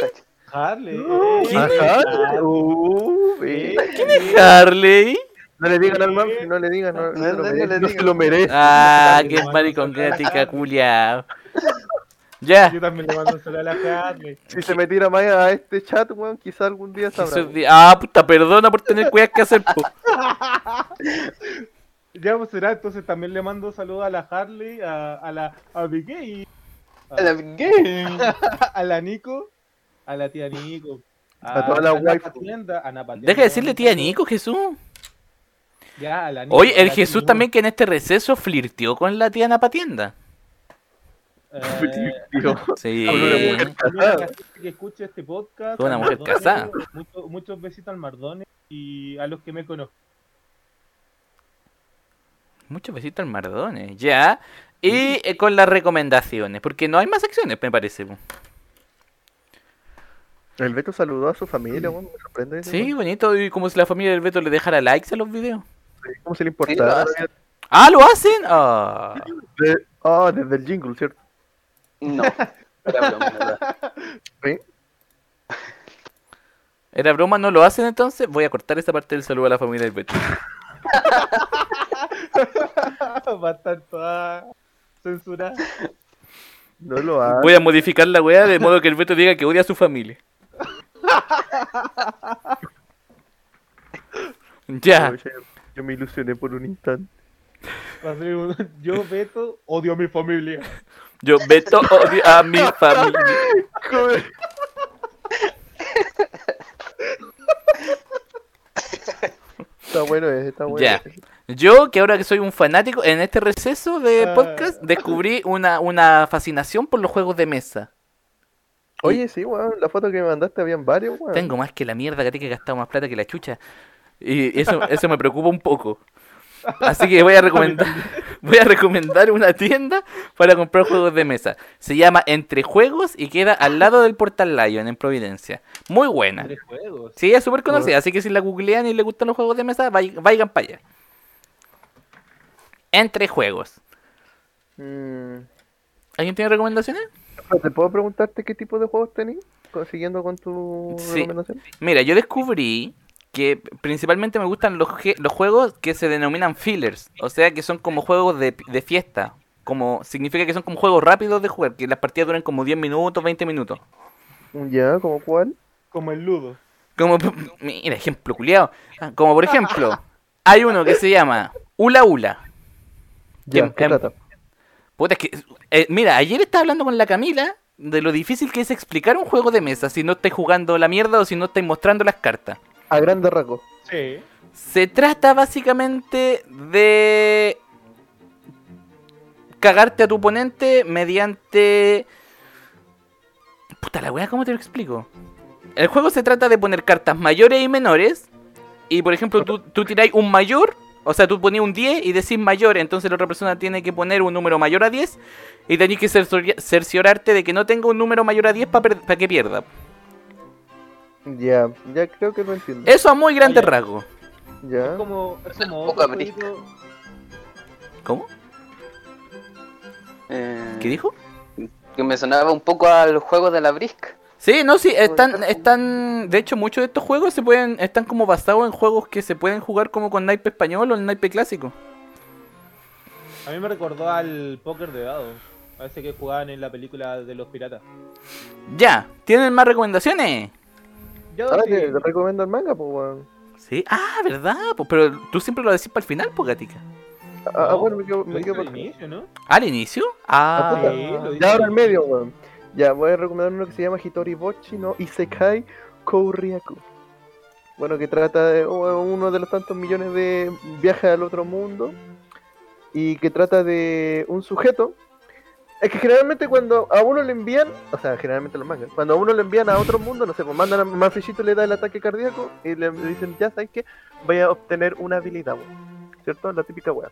Harley. Ah,
¿Quién
Ajá. Uh,
Eh,
ve.
Harley.
No le digan al Manfred, no le digan, no, no se
No,
lo
no, no
merece,
le
no se
digan.
lo merece.
Ah,
Harley,
qué
le mando
maricón
un saludo a
gatica
Harley.
culiao. Ya.
Yo también le mando un saludo a la Harley.
Si se me tira más a este chat, weón, quizá algún día sabrá.
Jesús
weón.
di- Ah, puta, perdona por tener cuidado que hacer. po.
Ya pues, será, entonces también le mando un saludo a la Harley, a, a la a Vicky, a la Nico, a la tía Nico.
A toda la waifu.
Patienda, a Ana Patienda,
Deja de decirle tía
un saludo.
Nico, Jesús.
Ya, a la Nico,
Oye,
a
el
la
Jesús
Timu.
también que en este receso flirteó con la tía Napatienda.
Eh,
Tío.
Sí.
Con una mujer casada.
que escuche este podcast.
Con una
al
mujer
Mardone,
casada.
mucho- muchos besitos al Mardone y a los que me conozcan.
Muchos besitos al Mardone, ya. Y eh, con las recomendaciones, porque no hay más secciones, me parece. po.
El Beto saludó a su familia, weón, me sorprende. eso,
Sí, bonito, y como si la familia del Beto le dejara likes a los videos.
weón. ¿Cómo se le importaba?
Sí,
¡Ah, lo hacen! Ah.
De- Ah, desde el jingle, ¿cierto?
No, era broma, ¿verdad?
Sí.
¿Era broma? ¿No lo hacen entonces? Voy a cortar esta parte del saludo a la familia del Beto.
Va a estar toda censurada.
No lo hagas.
Voy a modificar la weá de modo que el Beto diga que odia a su familia. Ya.
Yo, yo me ilusioné por un instante.
Va a ser un- Yo, Beto, odio a mi familia.
Yo, Beto, odio a mi familia.
Está bueno ese, está bueno.
Ya.
ese.
Yo, que ahora que soy un fanático, en este receso de
Ah.
podcast descubrí una, una fascinación por los juegos de mesa.
Oye, sí, weón, la foto que me mandaste habían varios,
Ah.
weón.
Tengo más que la mierda, que he gastado más plata que la chucha. Y eso, eso me preocupa un poco. Así que voy a recomendar voy a recomendar una tienda para comprar juegos de mesa. Se llama Entre Juegos y queda al lado del Portal Lion en Providencia. Muy buena.
Entre juegos.
Sí, es súper conocida, así que si la googlean y les gustan los juegos de mesa, vai- vayan para allá. Entre Juegos.
Mm,
¿Alguien tiene recomendaciones?
¿Te puedo preguntarte qué tipo de juegos tenías? Co- Siguiendo con tu
Sí.
recomendación.
Mira, yo descubrí que principalmente me gustan los, je- los juegos que se denominan fillers, o sea que son como juegos de, de fiesta, como significa que son como juegos rápidos de jugar, que las partidas duran como 10 minutos, 20 minutos.
Ya, ¿como cuál?
Como el ludo.
Como, mira, ejemplo culiado. Como por ejemplo, hay uno que se llama Ula Ula.
Ya,
Bien,
¿qué
em-
trata?
Puta, es que, eh, mira, ayer estaba hablando con la Camila de lo difícil que es explicar un juego de mesa si no estáis jugando la mierda o si no estáis mostrando las cartas.
A grande rasgos.
Sí.
Se trata básicamente de cagarte a tu oponente mediante... Puta la weá, ¿cómo te lo explico? El juego se trata de poner cartas mayores y menores. Y por ejemplo, tú, tú tiráis un mayor O sea, tú ponías un 10 y decís mayor, entonces la otra persona tiene que poner un número mayor a 10 y tenés que cercior- cerciorarte de que no tenga un número mayor a 10 para que pierda.
Ya, ya creo que lo entiendo.
Eso a muy grandes
Oye.
rasgos.
Ya.
como, es
Suena
como
un poco
otro
abril.
jueguito-
¿Cómo?
Eh,
¿Qué dijo?
que me sonaba un poco al juego de la brisca.
Sí, no, sí, están,
Por-
están, de hecho muchos de estos juegos se pueden, están como basados en juegos que se pueden jugar como con naipe español o el naipe clásico.
A mí me recordó al póker de dados. Parece que jugaban en la película de los piratas.
Ya, ¿tienen más recomendaciones?
Yo
Ahora
sí,
Ah, te, te recomiendo el manga, pues, weón.
Sí, ah, ¿verdad? Pues, pero tú siempre lo decís para el final, pues, gatica.
Ah, ah,
No,
bueno, me quedo,
lo
me
dije
quedo
al
por-
inicio, ¿no?
¿Al inicio?
Ah,
Ah,
puta.
sí, lo dije
Ya ahora
al
en medio, weón. Ya, voy a recomendar uno que se llama Hitori Bochi no Isekai Kouriaku. Bueno, que trata de oh, uno de los tantos millones de viajes al otro mundo. Y que trata de un sujeto. Es que generalmente cuando a uno le envían, o sea, generalmente los mangas, cuando a uno le envían a otro mundo, no sé, pues mandan a Manfrillito, le da el ataque cardíaco y le dicen, ya sabes que vaya a obtener una habilidad, weón. ¿Cierto? La típica weá.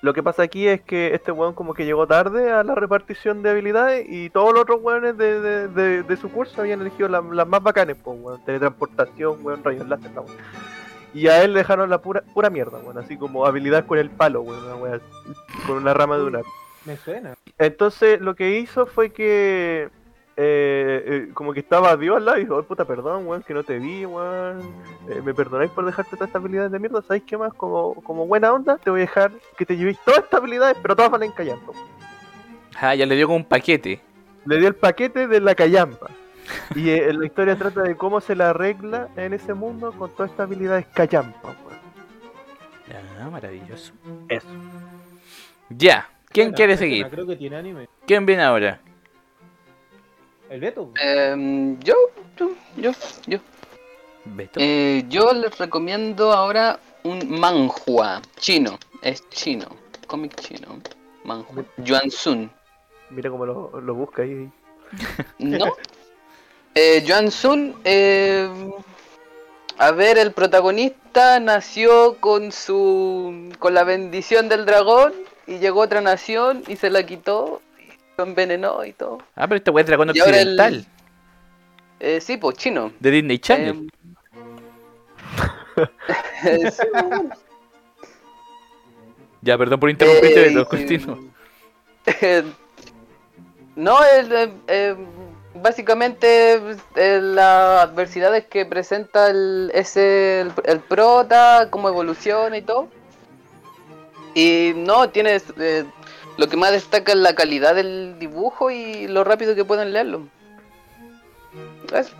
Lo que pasa aquí es que este weón como que llegó tarde a la repartición de habilidades y todos los otros weones de, de, de- de su curso habían elegido la- las más bacanes, pues weón, teletransportación, weón, rayos láser, la weón. Y a él le dejaron la pura, pura mierda, weón, así como habilidad con el palo, weón, una weá así, con una rama de un árbol.
Me suena.
Entonces lo que hizo fue que eh, eh, como que estaba Dios al lado y dijo, "Ay, puta perdón, weón, que no te vi, weón. Eh, me perdonáis por dejarte todas estas habilidades de mierda, ¿sabéis qué más? Como, como buena onda, te voy a dejar que te llevéis todas estas habilidades, pero todas van en callampa.
ah, ya le dio con un paquete.
Le dio el paquete de la callampa. Y eh, la historia trata de cómo se la arregla en ese mundo con todas estas habilidades callampa, weón.
Ah, maravilloso.
Eso.
Ya, ¿quién
Suena,
quiere
me suena,
seguir?
Creo que tiene anime.
¿Quién viene ahora?
El Beto.
Eh, yo, yo, yo, yo.
¿Beto?
Eh, yo les recomiendo ahora un manhua chino. Es chino. Cómic chino. Manhua. Yuan Sun.
Mira cómo lo, lo busca ahí.
¿No? Eh, Joan Sun, eh, a ver, el protagonista nació con su con la bendición del dragón y llegó a otra nación y se la quitó, y lo envenenó y todo.
Ah, pero este weón es dragón
y ahora el-
occidental,
Eh, sí, pues chino.
de Disney Channel.
em, Eh, sí, bueno.
Ya, perdón por interrumpirte,
Eh,
Beto,
eh,
continúa.
eh, no, el, eh, eh, básicamente eh, las adversidades que presenta el, ese, el, el prota, cómo evoluciona y todo. Y no, tienes eh, lo que más destaca es la calidad del dibujo y lo rápido que pueden leerlo. Eso.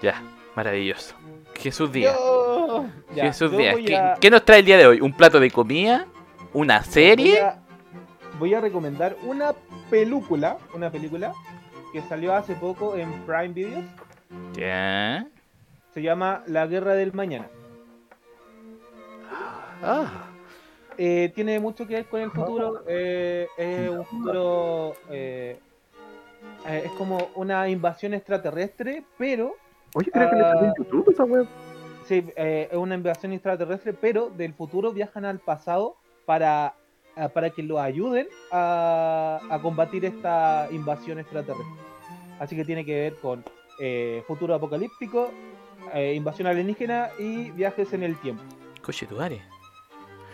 Ya, maravilloso. Jesús Díaz.
Yo- ya,
Jesús
yo
Díaz,
voy
¿qué,
a-
qué nos trae el día de hoy? ¿Un plato de comida? ¿Una
Voy
serie?
a, voy a recomendar una película, una película que salió hace poco en Prime Videos.
Ya.
Se llama La Guerra del Mañana.
Ah,
Eh, tiene mucho que ver con el futuro. eh, es un futuro. eh, eh, es como una invasión extraterrestre, pero
Oye, creo que le salió en
Ah.
YouTube esa weón.
Sí, eh, es una invasión extraterrestre, pero del futuro viajan al pasado para, a- para que lo ayuden a, a combatir esta invasión extraterrestre. Así que tiene que ver con eh, futuro apocalíptico, eh, invasión alienígena y viajes en el tiempo.
coche tu área.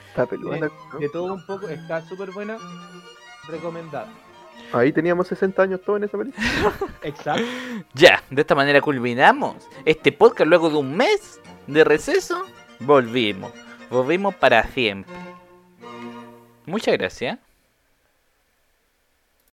Está peluda la- ¿no?
De todo un poco, está súper buena, recomendada.
Ahí teníamos 60 años todos en esa película.
Exacto.
Ya, de esta manera culminamos este podcast luego de un mes de receso. Volvimos, volvimos para siempre. Muchas gracias.